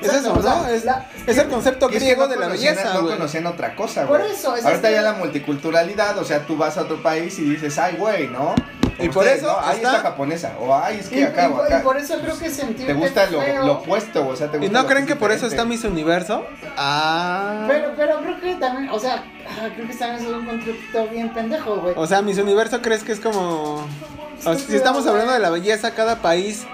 S1: Exacto,
S2: eso,
S1: o sea,
S2: ¿no? Es,
S1: la-
S2: es el concepto
S3: Y es que
S2: griego
S3: no
S2: de la
S3: conocían-
S2: belleza,
S3: No
S2: güey.
S3: conocían otra cosa,
S1: Por
S3: güey.
S1: eso, es
S3: Ahorita
S1: este-
S3: ya la multiculturalidad, o sea, tú vas a otro país y dices, ay, güey, ¿no?
S2: Y
S3: Ustedes,
S2: por eso
S3: ¿no? Ay,
S2: está-
S3: está japonesa. O ay, es
S1: Y,
S3: que acá,
S1: y-
S3: o
S1: y
S3: acá.
S1: por eso creo que sentirte
S3: Te gusta lo,
S1: feo,
S3: lo opuesto, o sea, te gusta.
S2: ¿Y no
S3: lo
S2: creen
S3: es
S2: que por eso está
S3: diferente.
S2: Miss Universo? Ah...
S1: Pero, pero creo que también, o sea, ah, creo que también es un concepto bien pendejo, güey.
S2: O sea, Miss Universo crees que es como... o sea, si estamos hablando de la belleza, cada país...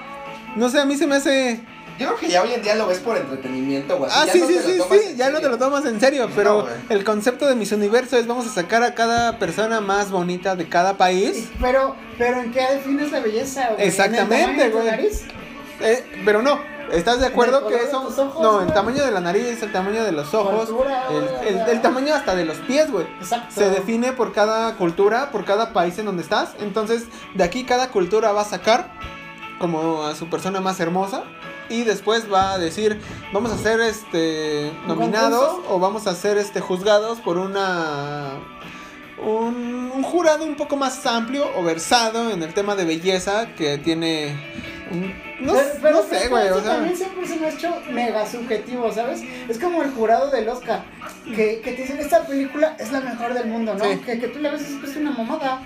S2: No sé, a mí se me hace...
S3: Yo creo que ya hoy en día lo ves por entretenimiento, güey.
S2: Ah,
S3: Pues Ya
S2: sí,
S3: no
S2: sí,
S3: te lo
S2: sí,
S3: tomas
S2: sí,
S3: en
S2: ya no te
S3: serio.
S2: lo tomas en serio,
S3: No,
S2: pero
S3: güey.
S2: el concepto de mis Universo es vamos a sacar a cada persona más bonita de cada país,
S1: Pero, pero ¿en qué defines la belleza, güey?
S2: Exactamente,
S1: ¿En el tamaño de tu
S2: güey.
S1: nariz?
S2: Eh, pero no, ¿estás de acuerdo
S1: color
S2: que
S1: de
S2: eso...
S1: tus ojos,
S2: no, el
S1: güey.
S2: tamaño de la nariz, el tamaño de los ojos,
S1: Altura,
S2: el,
S1: güey,
S2: el-
S1: o sea.
S2: el tamaño hasta de los pies, güey.
S1: Exacto.
S2: Se define por cada cultura, por cada país en donde estás, entonces de aquí cada cultura va a sacar como a su persona más hermosa. Y después va a decir, vamos a ser este nominados
S1: concurso?
S2: o vamos a ser este juzgados por una un, un jurado un poco más amplio o versado en el tema de belleza que tiene un- no,
S1: Pero- pero
S2: no
S1: creo
S2: sé,
S1: que
S2: güey,
S1: eso
S2: o sea,
S1: también siempre se me ha hecho mega subjetivo, ¿sabes? Es como el jurado del Oscar, que, que te dicen, esta película es la mejor del mundo, ¿no?
S2: Sí.
S1: Que, que tú la ves "Pues es que es una mamada.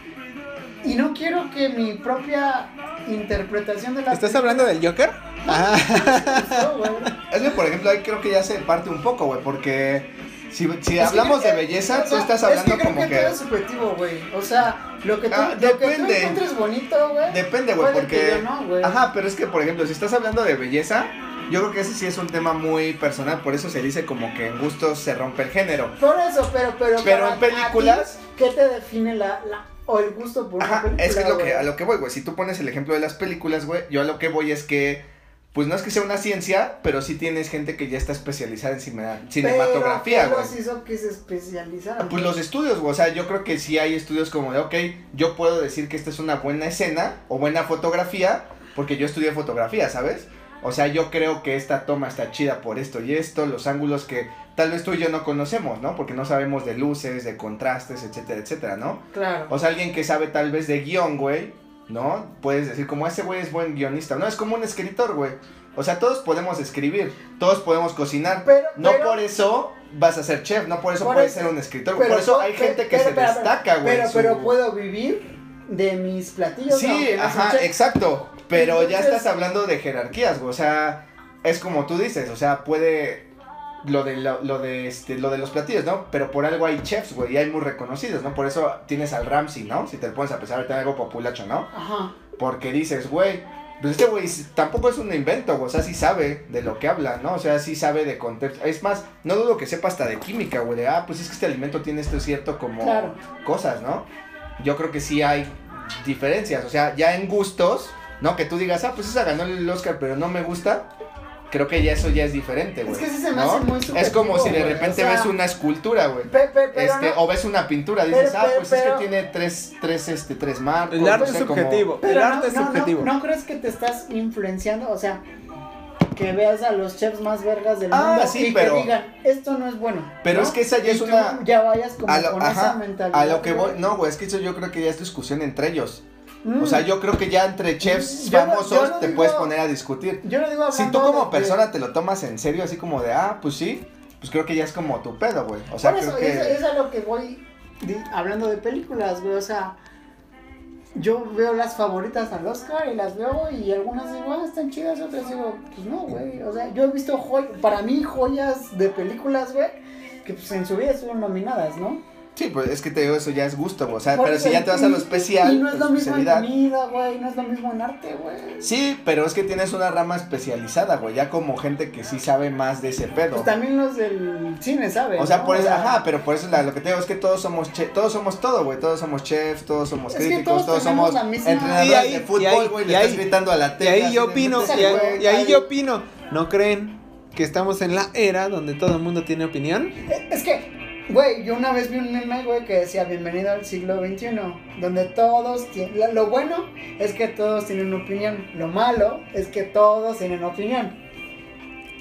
S1: Y no quiero que mi propia interpretación de la
S2: ¿Estás hablando del Joker? Ah,
S1: película, güey.
S3: Es que, por ejemplo, ahí creo que ya se parte un poco, güey, porque si, si
S1: Es que
S3: hablamos
S1: creo
S3: de
S1: que-
S3: belleza,
S1: o
S3: tú
S1: sea,
S3: estás hablando
S1: es que creo
S3: como
S1: que,
S3: que...
S1: todo es subjetivo, güey. O sea, lo que tú,
S3: Ah,
S1: lo que tú
S3: depende.
S1: encuentres bonito, güey.
S3: Depende, güey,
S1: puede que
S3: porque...
S1: yo no, güey.
S3: Ajá, pero es que, por ejemplo, si estás hablando de belleza, yo creo que ese sí es un tema muy personal, por eso se dice como que en gustos se rompe el género.
S1: Por eso, pero pero
S3: Pero
S1: para
S3: en películas-
S1: a ti, ¿Qué te define la, la o el gusto por una
S3: Ajá,
S1: película?
S3: es que es lo que,
S1: güey?
S3: a lo que voy, güey. Si tú pones el ejemplo de las películas, güey, yo a lo que voy es que, pues no es que sea una ciencia, pero sí tienes gente que ya está especializada en cine- cinematografía,
S1: Pero, ¿qué
S3: güey.
S1: los hizo que se especializaran?
S3: Pues los estudios, güey. O sea, yo creo que sí hay estudios como de, ok, yo puedo decir que esta es una buena escena o buena fotografía, porque yo estudié fotografía, ¿sabes? O sea, yo creo que esta toma está chida por esto y esto, los ángulos que tal vez tú y yo no conocemos, ¿no? Porque no sabemos de luces, de contrastes, etcétera, etcétera, ¿no?
S1: Claro.
S3: O sea, alguien que sabe tal vez de guión, güey, ¿no? Puedes decir, como ese güey es buen guionista, ¿no? Es como un escritor, güey. O sea, todos podemos escribir, todos podemos cocinar.
S1: Pero-
S3: no
S1: pero-
S3: por eso vas a ser chef, no por eso
S1: Por
S3: puedes
S1: eso-
S3: ser un escritor. Por eso hay
S1: pero-
S3: gente que
S1: pero-
S3: se
S1: pero-
S3: destaca, güey.
S1: Pero
S3: su-
S1: pero puedo vivir de mis platillos.
S3: Sí,
S1: aunque no sea un
S3: ajá,
S1: chef.
S3: exacto. Pero ya
S1: Entonces-
S3: estás hablando de jerarquías, güey. O sea, es como tú dices, o sea, puede. Lo de, lo, lo de este, lo de los platillos, ¿no? Pero por algo hay chefs, güey, y hay muy reconocidos, ¿no? Por eso tienes al Ramsey, ¿no? Si te pones a pensar ahorita en algo populacho, ¿no?
S1: Ajá.
S3: Porque dices, güey, pues este güey s- tampoco es un invento, güey, o sea, sí sabe de lo que habla, ¿no? O sea, sí sabe de contexto. Es más, no dudo que sepa hasta de química, güey, de, ah, pues es que este alimento tiene esto cierto como
S1: Claro.
S3: cosas, ¿no? yo creo que sí hay diferencias. O sea, ya en gustos, ¿no? Que tú digas, ah, pues esa ganó el Oscar, pero no me gusta. Creo que ya eso ya es diferente, güey.
S1: que sí se me
S3: ¿no?
S1: hace muy
S3: Es como si de
S1: subjetivo, güey,
S3: repente
S1: o sea-
S3: ves una escultura, güey.
S1: Pe- pe- pero
S3: Este,
S1: no-
S3: O ves una pintura, dices,
S1: Pero-
S3: ah,
S1: pero-
S3: pues es
S1: pero-
S3: que tiene tres, tres, este, tres marcos.
S2: El arte
S3: no
S2: es
S3: sé, como-
S2: subjetivo.
S1: Pero
S2: el
S1: no-
S2: arte es
S1: no, no,
S2: subjetivo.
S1: No, crees que te estás influenciando? O sea, que veas a los chefs más vergas del
S3: Ah,
S1: mundo
S3: sí,
S1: y
S3: pero-
S1: que digan, esto no es bueno.
S3: Pero
S1: ¿no?
S3: es que esa ya
S1: Y
S3: es
S1: tú
S3: una-
S1: Ya vayas como
S3: A lo,
S1: con
S3: ajá,
S1: esa mentalidad.
S3: a lo que voy,
S1: güey.
S3: no, güey, es que eso yo creo que ya es discusión entre ellos.
S1: Mm.
S3: O sea, yo creo que ya entre chefs
S1: Yo no-
S3: famosos
S1: yo no
S3: te
S1: digo-
S3: puedes poner a discutir.
S1: Yo lo digo
S3: Si
S1: hablando
S3: tú como
S1: de-
S3: persona te lo tomas en serio, así como de, ah, pues sí, pues creo que ya es como tu pedo, güey. O sea,
S1: Por eso,
S3: creo que...
S1: es, es a lo que voy di- hablando de películas, güey. O sea, yo veo las favoritas al Oscar y las veo y algunas digo, ah, están chidas, otras digo, pues no, güey. O sea, yo he visto, joy- para mí, joyas de películas, güey, que pues en su vida estuvieron nominadas, ¿no?
S3: Sí, pues es que te digo, eso ya es gusto, güey. O sea,
S1: Por
S3: pero
S1: eso,
S3: si ya te vas a lo
S1: y-
S3: especial,
S1: Y no es lo
S3: pues,
S1: mismo en
S3: especialidad.
S1: comida, güey, no es lo mismo en arte, güey.
S3: Sí, pero es que tienes una rama especializada, güey. Ya como gente que sí sabe más de ese pedo.
S1: Pues también los del cine, ¿sabes?
S3: O sea,
S1: Pues ¿no?
S3: por eso, ajá, pero por eso la- lo que te digo es que todos somos che- todos somos todo, güey. Todos somos chefs, todos somos
S1: Es que
S3: críticos,
S1: todos
S3: todos,
S1: tenemos
S3: somos
S1: la misma-
S3: entrenadores
S2: Y ahí-
S3: de
S2: y ahí-
S3: fútbol, güey.
S2: y
S3: Le estás
S2: ahí-
S3: gritando a la
S2: Y
S3: tele.
S2: ahí yo opino, y ahí,
S1: güey,
S2: y ahí
S1: dale.
S2: yo opino. ¿No creen que estamos en la era donde todo el mundo tiene opinión?
S1: Es que, güey, yo una vez vi un meme, güey, que decía bienvenido al siglo XXI, donde todos tienen. la- Lo bueno es que todos tienen opinión. Lo malo es que todos tienen opinión.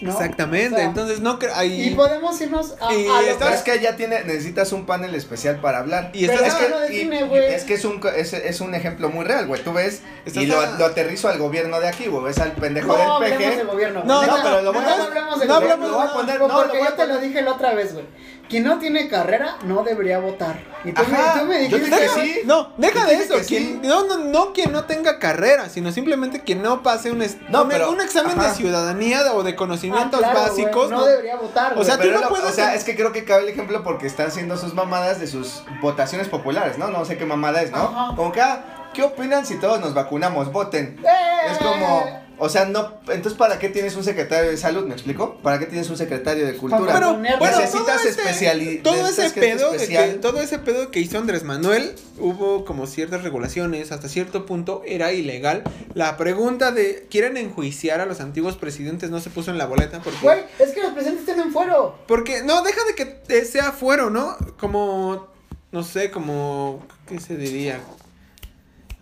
S1: ¿no?
S2: Exactamente.
S1: O sea,
S2: Entonces no creo.
S1: Y
S2: ahí-
S1: podemos irnos a.
S2: Y
S1: a lo
S2: estás-
S3: es que ya tiene, necesitas un panel especial para hablar.
S2: Y
S1: Pero
S2: estás-
S1: es que- no define, güey.
S3: es que es un, ca- es, es un ejemplo muy real, güey. Tú ves
S2: Estás
S3: y lo,
S2: a-
S3: lo aterrizo al gobierno de aquí, güey. Ves al
S1: que-
S3: pendejo
S1: No
S3: del
S1: hablemos
S3: peje.
S1: del gobierno.
S2: No,
S1: güey.
S2: no, pero
S3: lo
S1: no,
S3: bueno es-
S1: hablemos del
S2: no
S1: gobierno.
S2: hablamos-
S1: Lo voy a poner-
S3: no,
S1: porque
S3: lo voy a
S1: yo te lo
S3: poner-
S1: dije la otra vez, güey. Quien no tiene carrera no debería votar. Y tú,
S3: Ajá,
S1: me, tú me
S3: yo te
S1: dijiste
S3: dije
S2: Deja-
S3: sí.
S2: No, deja de
S3: Dije
S2: eso.
S3: que sí.
S2: quien- no, no, no que no tenga carrera, sino simplemente que no pase un, es-
S3: No,
S2: un- e,
S3: pero-
S2: un examen
S3: ajá.
S2: de ciudadanía o de
S1: Ah,
S2: conocimientos
S1: claro, güey,
S2: básicos.
S1: no,
S2: ¿no?
S1: debería votar.
S2: O sea,
S1: güey.
S2: tú
S3: Pero
S2: no
S3: lo-
S2: puedes
S3: o sea,
S2: hacer-
S3: es que creo que cabe el ejemplo porque están haciendo sus mamadas de sus votaciones populares, ¿no? No sé qué mamada es, ¿no?
S1: Ajá.
S3: Como que, ah, ¿qué opinan si todos nos vacunamos? Voten.
S1: ¡Eh!
S3: Es como, o sea, no, entonces ¿para qué tienes un secretario de salud? ¿Me explico? ¿Para qué tienes un secretario de cultura?
S1: Pero,
S3: güey?
S1: bueno,
S3: necesitas
S2: todo ese-
S3: especiali-
S2: todo
S3: necesitas
S2: ese
S3: gente
S2: pedo de que-
S3: especial.
S2: todo ese pedo que hizo Andrés Manuel hubo como ciertas regulaciones hasta cierto punto era ilegal la pregunta de quieren enjuiciar a los antiguos presidentes no se puso en la boleta porque
S1: Güey, es que los presentes tienen fuero.
S2: porque no deja de que eh, sea fuero no como no sé como qué se diría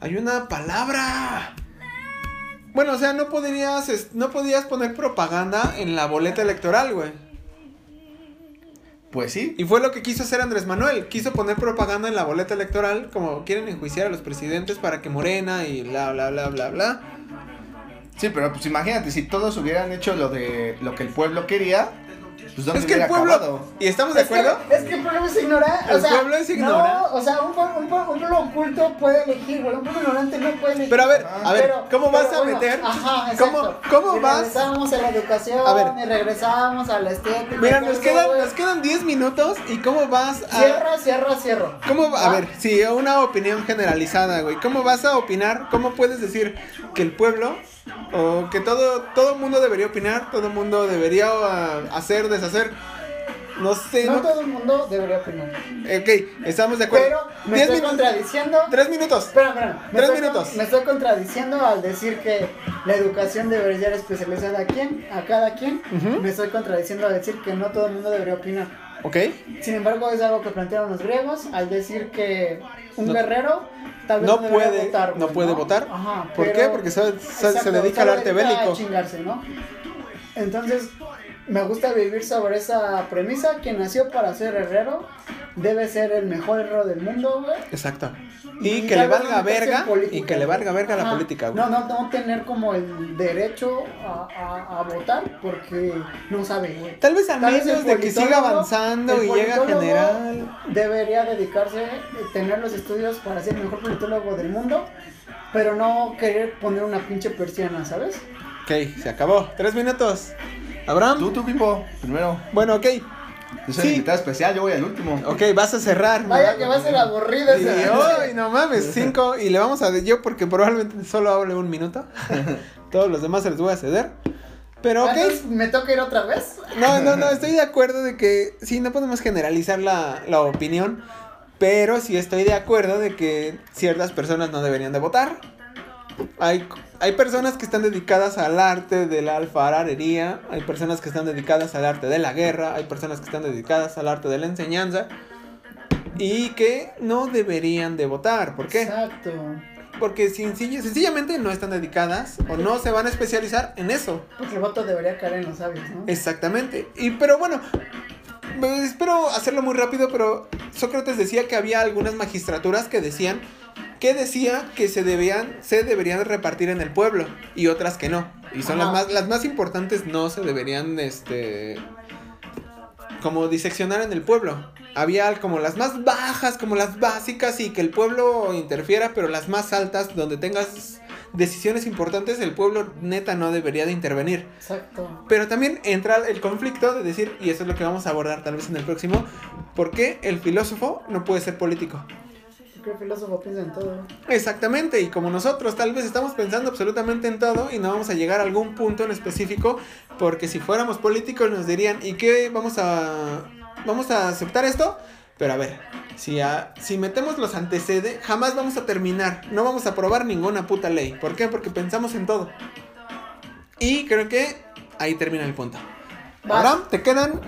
S2: hay una palabra bueno o sea no podrías es- no podías poner propaganda en la boleta electoral güey
S3: Pues sí.
S2: Y fue lo que quiso hacer Andrés Manuel. Quiso poner propaganda en la boleta electoral, como quieren enjuiciar a los presidentes para que Morena y bla, bla, bla, bla, bla.
S3: Sí, pero pues imagínate, si todos hubieran hecho lo de lo que el pueblo quería, pues ¿dónde
S2: Es que el
S3: hubiera
S2: pueblo...
S3: acabado?
S2: ¿Y estamos de
S1: Es que-
S2: acuerdo?
S1: es que el pueblo es ignorante.
S2: El pueblo es ignorante.
S1: No, o sea, un pueblo, un pueblo- un pueblo oculto puede elegir, güey. Un pueblo ignorante no puede elegir.
S2: Pero a ver,
S3: Ah,
S2: a ver,
S1: Pero-
S2: ¿cómo
S1: pero
S2: vas a
S1: bueno,
S2: meter?
S1: Ajá,
S2: ¿Cómo-
S1: exacto.
S2: cómo
S1: Y
S2: vas?
S1: Regresamos a la educación
S2: A ver.
S1: y regresamos a la estética.
S2: Mira,
S1: y
S2: nos
S1: todo,
S2: quedan,
S1: güey.
S2: nos quedan 10 minutos y cómo vas a...
S1: Cierro, cierro, cierro.
S2: ¿Cómo va? A
S1: ¿Ah?
S2: ver, sí, una opinión generalizada, güey. ¿Cómo vas a opinar? ¿Cómo puedes decir que el pueblo o que todo todo mundo debería opinar, todo mundo debería ah, hacer, deshacer? No sé,
S1: No
S2: no,
S1: todo el mundo debería opinar.
S2: Ok, estamos de acuerdo.
S1: Pero me
S2: Diez
S1: estoy
S2: minutos.
S1: contradiciendo.
S2: Tres minutos.
S1: Espera, espera. me
S2: Tres
S1: estoy-
S2: minutos.
S1: Me estoy contradiciendo al decir que la educación debería ser especializada a quién, a cada quien.
S2: Ujú.
S1: Me estoy contradiciendo al decir que no todo el mundo debería opinar.
S2: Ok.
S1: Sin embargo, es algo que plantearon los griegos al decir que un
S2: No-
S1: guerrero tal vez
S2: no
S1: no, debería
S2: puede-
S1: votar. güey,
S2: no puede votar.
S1: Ajá,
S2: ¿Por
S1: pero-
S2: qué? Porque sabe- sabe- se
S1: Exacto,
S2: dedica al
S1: solo
S2: arte
S1: dedica a
S2: bélico.
S1: chingarse, ¿no? Entonces, me gusta vivir sobre esa premisa. Quien nació para ser herrero debe ser el mejor herrero del mundo, güey.
S2: Exacto. Y que
S1: Ya
S2: le
S1: no
S2: valga
S1: meterse en
S2: verga.
S1: política,
S2: Y que le valga verga la
S1: Ajá.
S2: política, güey.
S1: No, no, no tener como el derecho a, a- a votar porque no sabe, güey.
S2: Tal vez a
S1: Tal vez
S2: menos
S1: el
S2: de que siga
S1: politólogo-
S2: avanzando
S1: el
S2: y llega a
S1: politólogo
S2: general.
S1: Debería dedicarse, eh, tener los estudios para ser el mejor politólogo del mundo, pero no querer poner una pinche persiana, ¿sabes?
S2: Ok, se acabó. Tres minutos. Abraham.
S3: Tú, tú, Pipo, primero.
S2: Bueno, ok.
S3: Yo soy
S2: Sí.
S3: el invitado especial, yo voy al último.
S2: Ok, vas a cerrar.
S1: Vaya
S2: ¿no?
S1: que va a ser aburrido
S2: Y,
S1: ese.
S2: ay, no mames, cinco. Y le vamos a. Yo, porque probablemente solo hable un minuto. Todos los demás se les voy a ceder. Pero ok.
S1: Ah, entonces, ¿Me toca ir otra vez?
S2: No, no, no, estoy de acuerdo de que sí, no podemos generalizar la, la opinión. Pero sí estoy de acuerdo de que ciertas personas no deberían de votar. Hay, hay personas que están dedicadas al arte de la alfararería, hay personas que están dedicadas al arte de la guerra, hay personas que están dedicadas al arte de la enseñanza y que no deberían de votar. ¿Por qué?
S1: Exacto.
S2: Porque sencill- sencillamente no están dedicadas o no se van a especializar en eso.
S1: Porque Pues el voto debería caer en los sabios, ¿no?
S2: Exactamente. Y pero bueno, eh, espero hacerlo muy rápido, pero Sócrates decía que había algunas magistraturas que decían que decía que se debían se deberían repartir en el pueblo y otras que no. Y son las
S1: Ajá.
S2: más las más importantes no se deberían este como diseccionar en el pueblo. Había como las más bajas, como las básicas y que el pueblo interfiera, pero las más altas donde tengas decisiones importantes el pueblo neta no debería de intervenir.
S1: Exacto.
S2: Pero también entra el conflicto de decir, y eso es lo que vamos a abordar tal vez en el próximo, ¿por qué el filósofo no puede ser político?
S1: Porque el filósofo piensa en todo.
S2: Exactamente, y como nosotros tal vez estamos pensando absolutamente en todo y no vamos a llegar a algún punto en específico, porque si fuéramos políticos nos dirían, ¿y qué vamos a vamos a aceptar esto? Pero a ver, si, a- si metemos los antecedentes, jamás vamos a terminar, no vamos a aprobar ninguna puta ley. ¿Por qué? Porque pensamos en todo. Y creo que ahí termina el punto.
S1: Va.
S2: Abraham, ¿te quedan?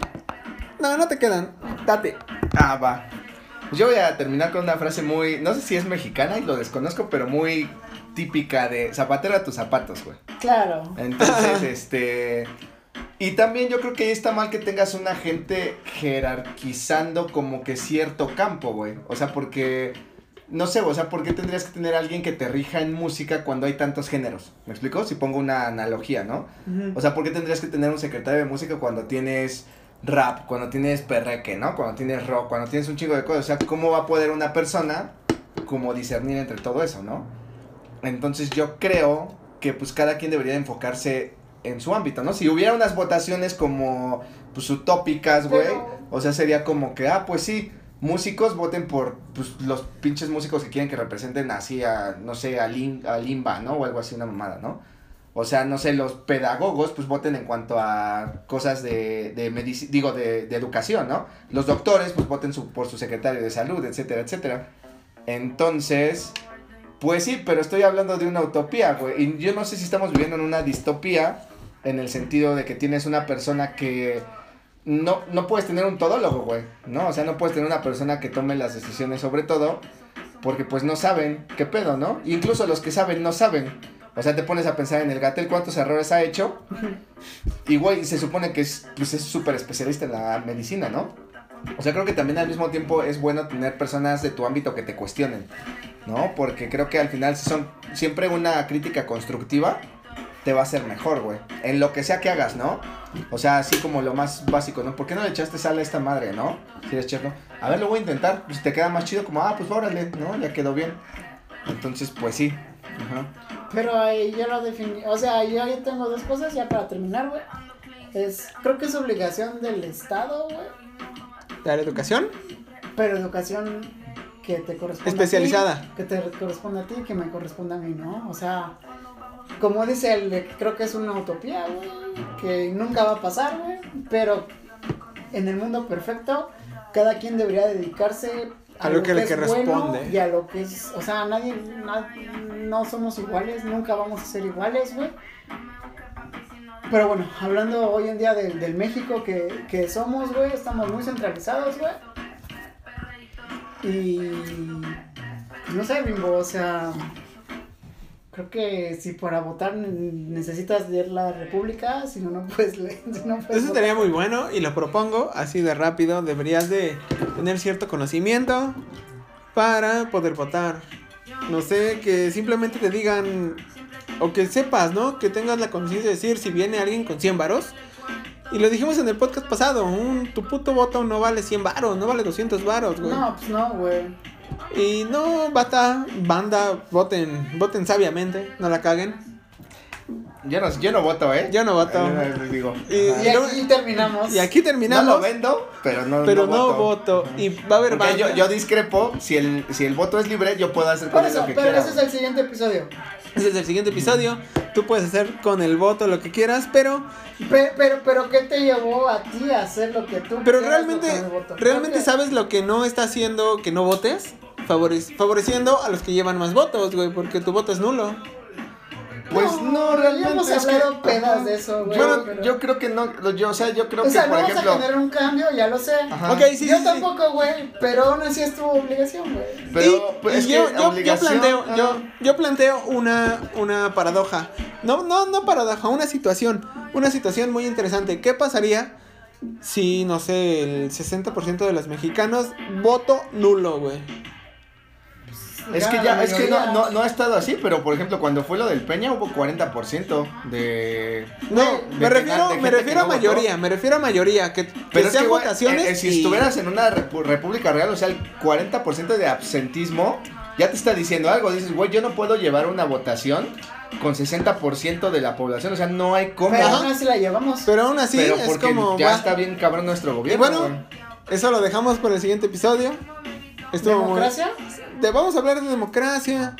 S2: No, no te quedan. Date.
S3: Ah, va. Pues Yo voy a terminar con una frase muy, no sé si es mexicana y lo desconozco, pero muy típica de zapatero a tus zapatos, güey.
S1: Claro.
S3: Entonces, este... Y también yo creo que ahí está mal que tengas una gente jerarquizando como que cierto campo, güey. O sea, porque... No sé, o sea, ¿por qué tendrías que tener a alguien que te rija en música cuando hay tantos géneros? ¿Me explico? Si pongo una analogía, ¿no? O sea, ¿por qué tendrías que tener un secretario de música cuando tienes rap, cuando tienes perreque, ¿no? Cuando tienes rock, cuando tienes un chingo de cosas. O sea, ¿cómo va a poder una persona como discernir entre todo eso, ¿no? Entonces yo creo que pues cada quien debería enfocarse en su ámbito, ¿no? Si hubiera unas votaciones como pues utópicas, güey,
S1: Pero-
S3: o sea, sería como que, ah, pues sí, músicos voten por pues, los pinches músicos que quieren que representen así a, no sé, a, Lim- a Limba, ¿no? O algo así, una mamada, ¿no? O sea, no sé, los pedagogos pues voten en cuanto a cosas de, de medici- digo, de, de educación, ¿no? Los doctores pues voten su- por su secretario de salud, etcétera, etcétera. Entonces, pues sí, pero estoy hablando de una utopía, güey. Y yo no sé si estamos viviendo en una distopía en el sentido de que tienes una persona que no, no puedes tener un todólogo, güey, ¿no? O sea, no puedes tener una persona que tome las decisiones sobre todo porque pues no saben qué pedo, ¿no? Incluso los que saben no saben. O sea, te pones a pensar en el Gatel cuántos errores ha hecho. Y güey, se supone que es pues, es súper especialista en la medicina, ¿no? O sea, creo que también al mismo tiempo es bueno tener personas de tu ámbito que te cuestionen, ¿no? Porque creo que al final si son siempre una crítica constructiva te va a hacer mejor, güey. En lo que sea que hagas, ¿no? O sea, así como lo más básico, ¿no? ¿Por qué no le echaste sal a esta madre, no? Si eres chef, ¿no? A ver, lo voy a intentar. Si te queda más chido, como, ah, pues órale, ¿no? Ya quedó bien. Entonces, pues sí. Ajá.
S1: Pero ahí yo lo definí. O sea, yo ahí tengo dos cosas ya para terminar, güey. Es, creo que es obligación del Estado, güey.
S2: Dar educación.
S1: Pero educación que te corresponde. A
S2: Especializada.
S1: ti, que te corresponde a ti y que me corresponde a mí, ¿no? O sea, como dice él, creo que es una utopía, güey. Que nunca va a pasar, güey. Pero en el mundo perfecto, cada quien debería dedicarse
S2: A lo que le
S1: es
S2: corresponde.
S1: bueno y a lo que es. O sea, nadie. na- no somos iguales, nunca vamos a ser iguales, güey. Pero bueno, hablando hoy en día del, del México que, que somos, güey, estamos muy centralizados, güey. Y no sé, Bimbo, o sea, creo que si para votar ne- necesitas leer la República, si no, no puedes leer. Si no puedes
S2: Eso
S1: votar.
S2: estaría muy bueno y lo propongo así de rápido. Deberías de tener cierto conocimiento para poder votar. No sé, que simplemente te digan o que sepas, ¿no? Que tengas la conciencia de decir si viene alguien con 100 varos. Y lo dijimos en el podcast pasado, un, tu puto voto no vale 100 varos, no vale 200 varos, güey.
S1: No, pues no, güey.
S2: Y no, bata, banda, voten, voten sabiamente, no la caguen.
S3: Yo no, yo no voto, ¿eh?
S2: Yo no voto.
S3: Eh, les digo.
S2: Y-
S1: Y
S3: Ajá.
S1: aquí terminamos.
S2: Y aquí
S3: no
S2: terminamos.
S3: lo vendo, pero no,
S2: pero no voto.
S3: Ajá.
S2: Y va a haber
S3: Porque
S2: banda.
S3: yo, yo discrepo, si el, si el voto es libre, yo puedo hacer
S1: Por
S3: con él
S1: eso,
S3: lo que
S1: pero
S3: quiera.
S1: ese es el siguiente episodio.
S2: Ese es el siguiente episodio. Tú puedes hacer con el voto lo que quieras, pero
S1: Pe- pero, pero, ¿qué te llevó a ti a hacer lo que tú
S2: pero
S1: quieras
S2: realmente
S1: con el voto?
S2: realmente
S1: Creo que-
S2: sabes lo que no está haciendo que no votes, Favore- favoreciendo a los que llevan más votos, güey, porque tu voto es nulo.
S3: Pues no, realmente.
S1: Ya hemos
S3: es que-
S1: hablado pedas de eso, güey.
S3: Bueno,
S1: pero-
S3: yo creo que no, lo- yo, o sea, yo creo
S1: O sea,
S3: que,
S1: no
S3: por
S1: vas a
S3: ejemplo,
S1: generar un cambio, ya lo sé.
S3: Ajá.
S2: Ok, sí, sí,
S1: yo
S2: sí.
S1: tampoco, güey, pero aún así es tu obligación, güey.
S3: pero
S2: Y-
S3: pues,
S2: y
S3: es
S2: yo,
S3: que
S2: yo- yo
S3: obligación,
S2: planteo,
S3: ah,
S2: yo, yo planteo una, una paradoja. No, no, no paradoja, una situación. Una situación muy interesante. ¿Qué pasaría si, no sé, el 60% de los mexicanos voto nulo, güey?
S3: Es que
S1: Gana
S3: ya,
S1: la
S3: es que no,
S1: mayoría.
S3: no, no ha estado así, pero por ejemplo, cuando fue lo del Peña hubo 40% de.
S2: No,
S1: Güey,
S2: me
S3: de
S2: refiero,
S3: gente- de
S2: me
S3: gente
S2: refiero a
S3: que no votó.
S2: mayoría, me refiero a mayoría, que, que
S3: Pero es
S2: sean
S3: que, güey,
S2: votaciones.
S3: eh, eh, si
S2: y-
S3: estuvieras en una repu- república real, o sea, el 40% de absentismo ya te está diciendo algo. Dices, güey, yo no puedo llevar una votación con 60% de la población, o sea, no hay cómo.
S1: Pero
S2: Ajá.
S1: aún así la llevamos.
S2: Pero aún así
S3: pero
S2: es
S3: porque
S2: como.
S3: ya
S2: va.
S3: está bien cabrón nuestro
S2: y
S3: gobierno.
S2: bueno,
S3: güey.
S2: eso lo dejamos para el siguiente episodio. Estuvo muy-
S1: ¿Democracia?
S2: Te- vamos a hablar de democracia.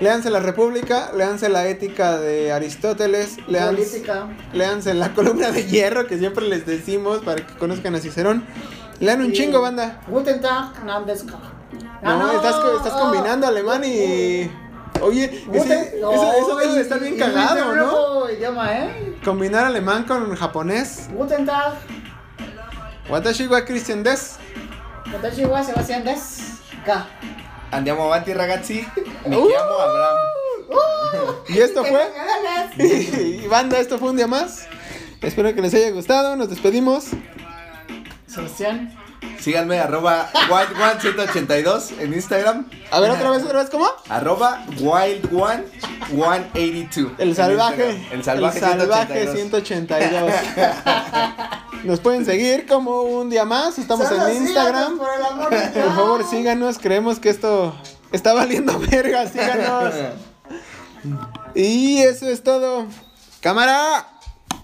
S2: Leanse la República, leanse la ética de Aristóteles, leanse,
S1: Política.
S2: leanse la columna de hierro que siempre les decimos para que conozcan a Cicerón. Lean un
S1: Y-
S2: chingo, banda.
S1: Guten Tag, Ah, Nandesca.
S2: Ah, No, Oh. estás, co- estás combinando alemán y. Oye,
S1: Oh,
S2: ese- eso, eso debe de estar bien cagado, ¿no?
S1: idioma, ¿eh?
S2: Combinar alemán con japonés.
S1: Guten Tag,
S2: Watashi wa Christian des.
S1: Watashi wa Sebastián Deska.
S3: Andiamo avanti, ragazzi. Me
S2: Uh.
S3: llamo Abraham.
S2: Y esto fue.
S1: Ganas.
S2: y banda, esto fue un día más. Espero que les haya gustado. Nos despedimos.
S1: Sebastián.
S3: Síganme, arroba WildOne182 en Instagram.
S2: A ver, otra vez, otra vez, ¿cómo?
S3: Arroba WildOne182.
S2: El
S3: en
S2: salvaje.
S3: Instagram. El salvaje,
S2: El salvaje
S3: 182.
S2: 182. Nos pueden seguir como un día más. Estamos
S1: Solo síganos,
S2: en Instagram.
S1: Por, el amor de
S2: Por
S1: Dios.
S2: favor, síganos. Creemos que esto está valiendo verga. Síganos. Y eso es todo. Cámara.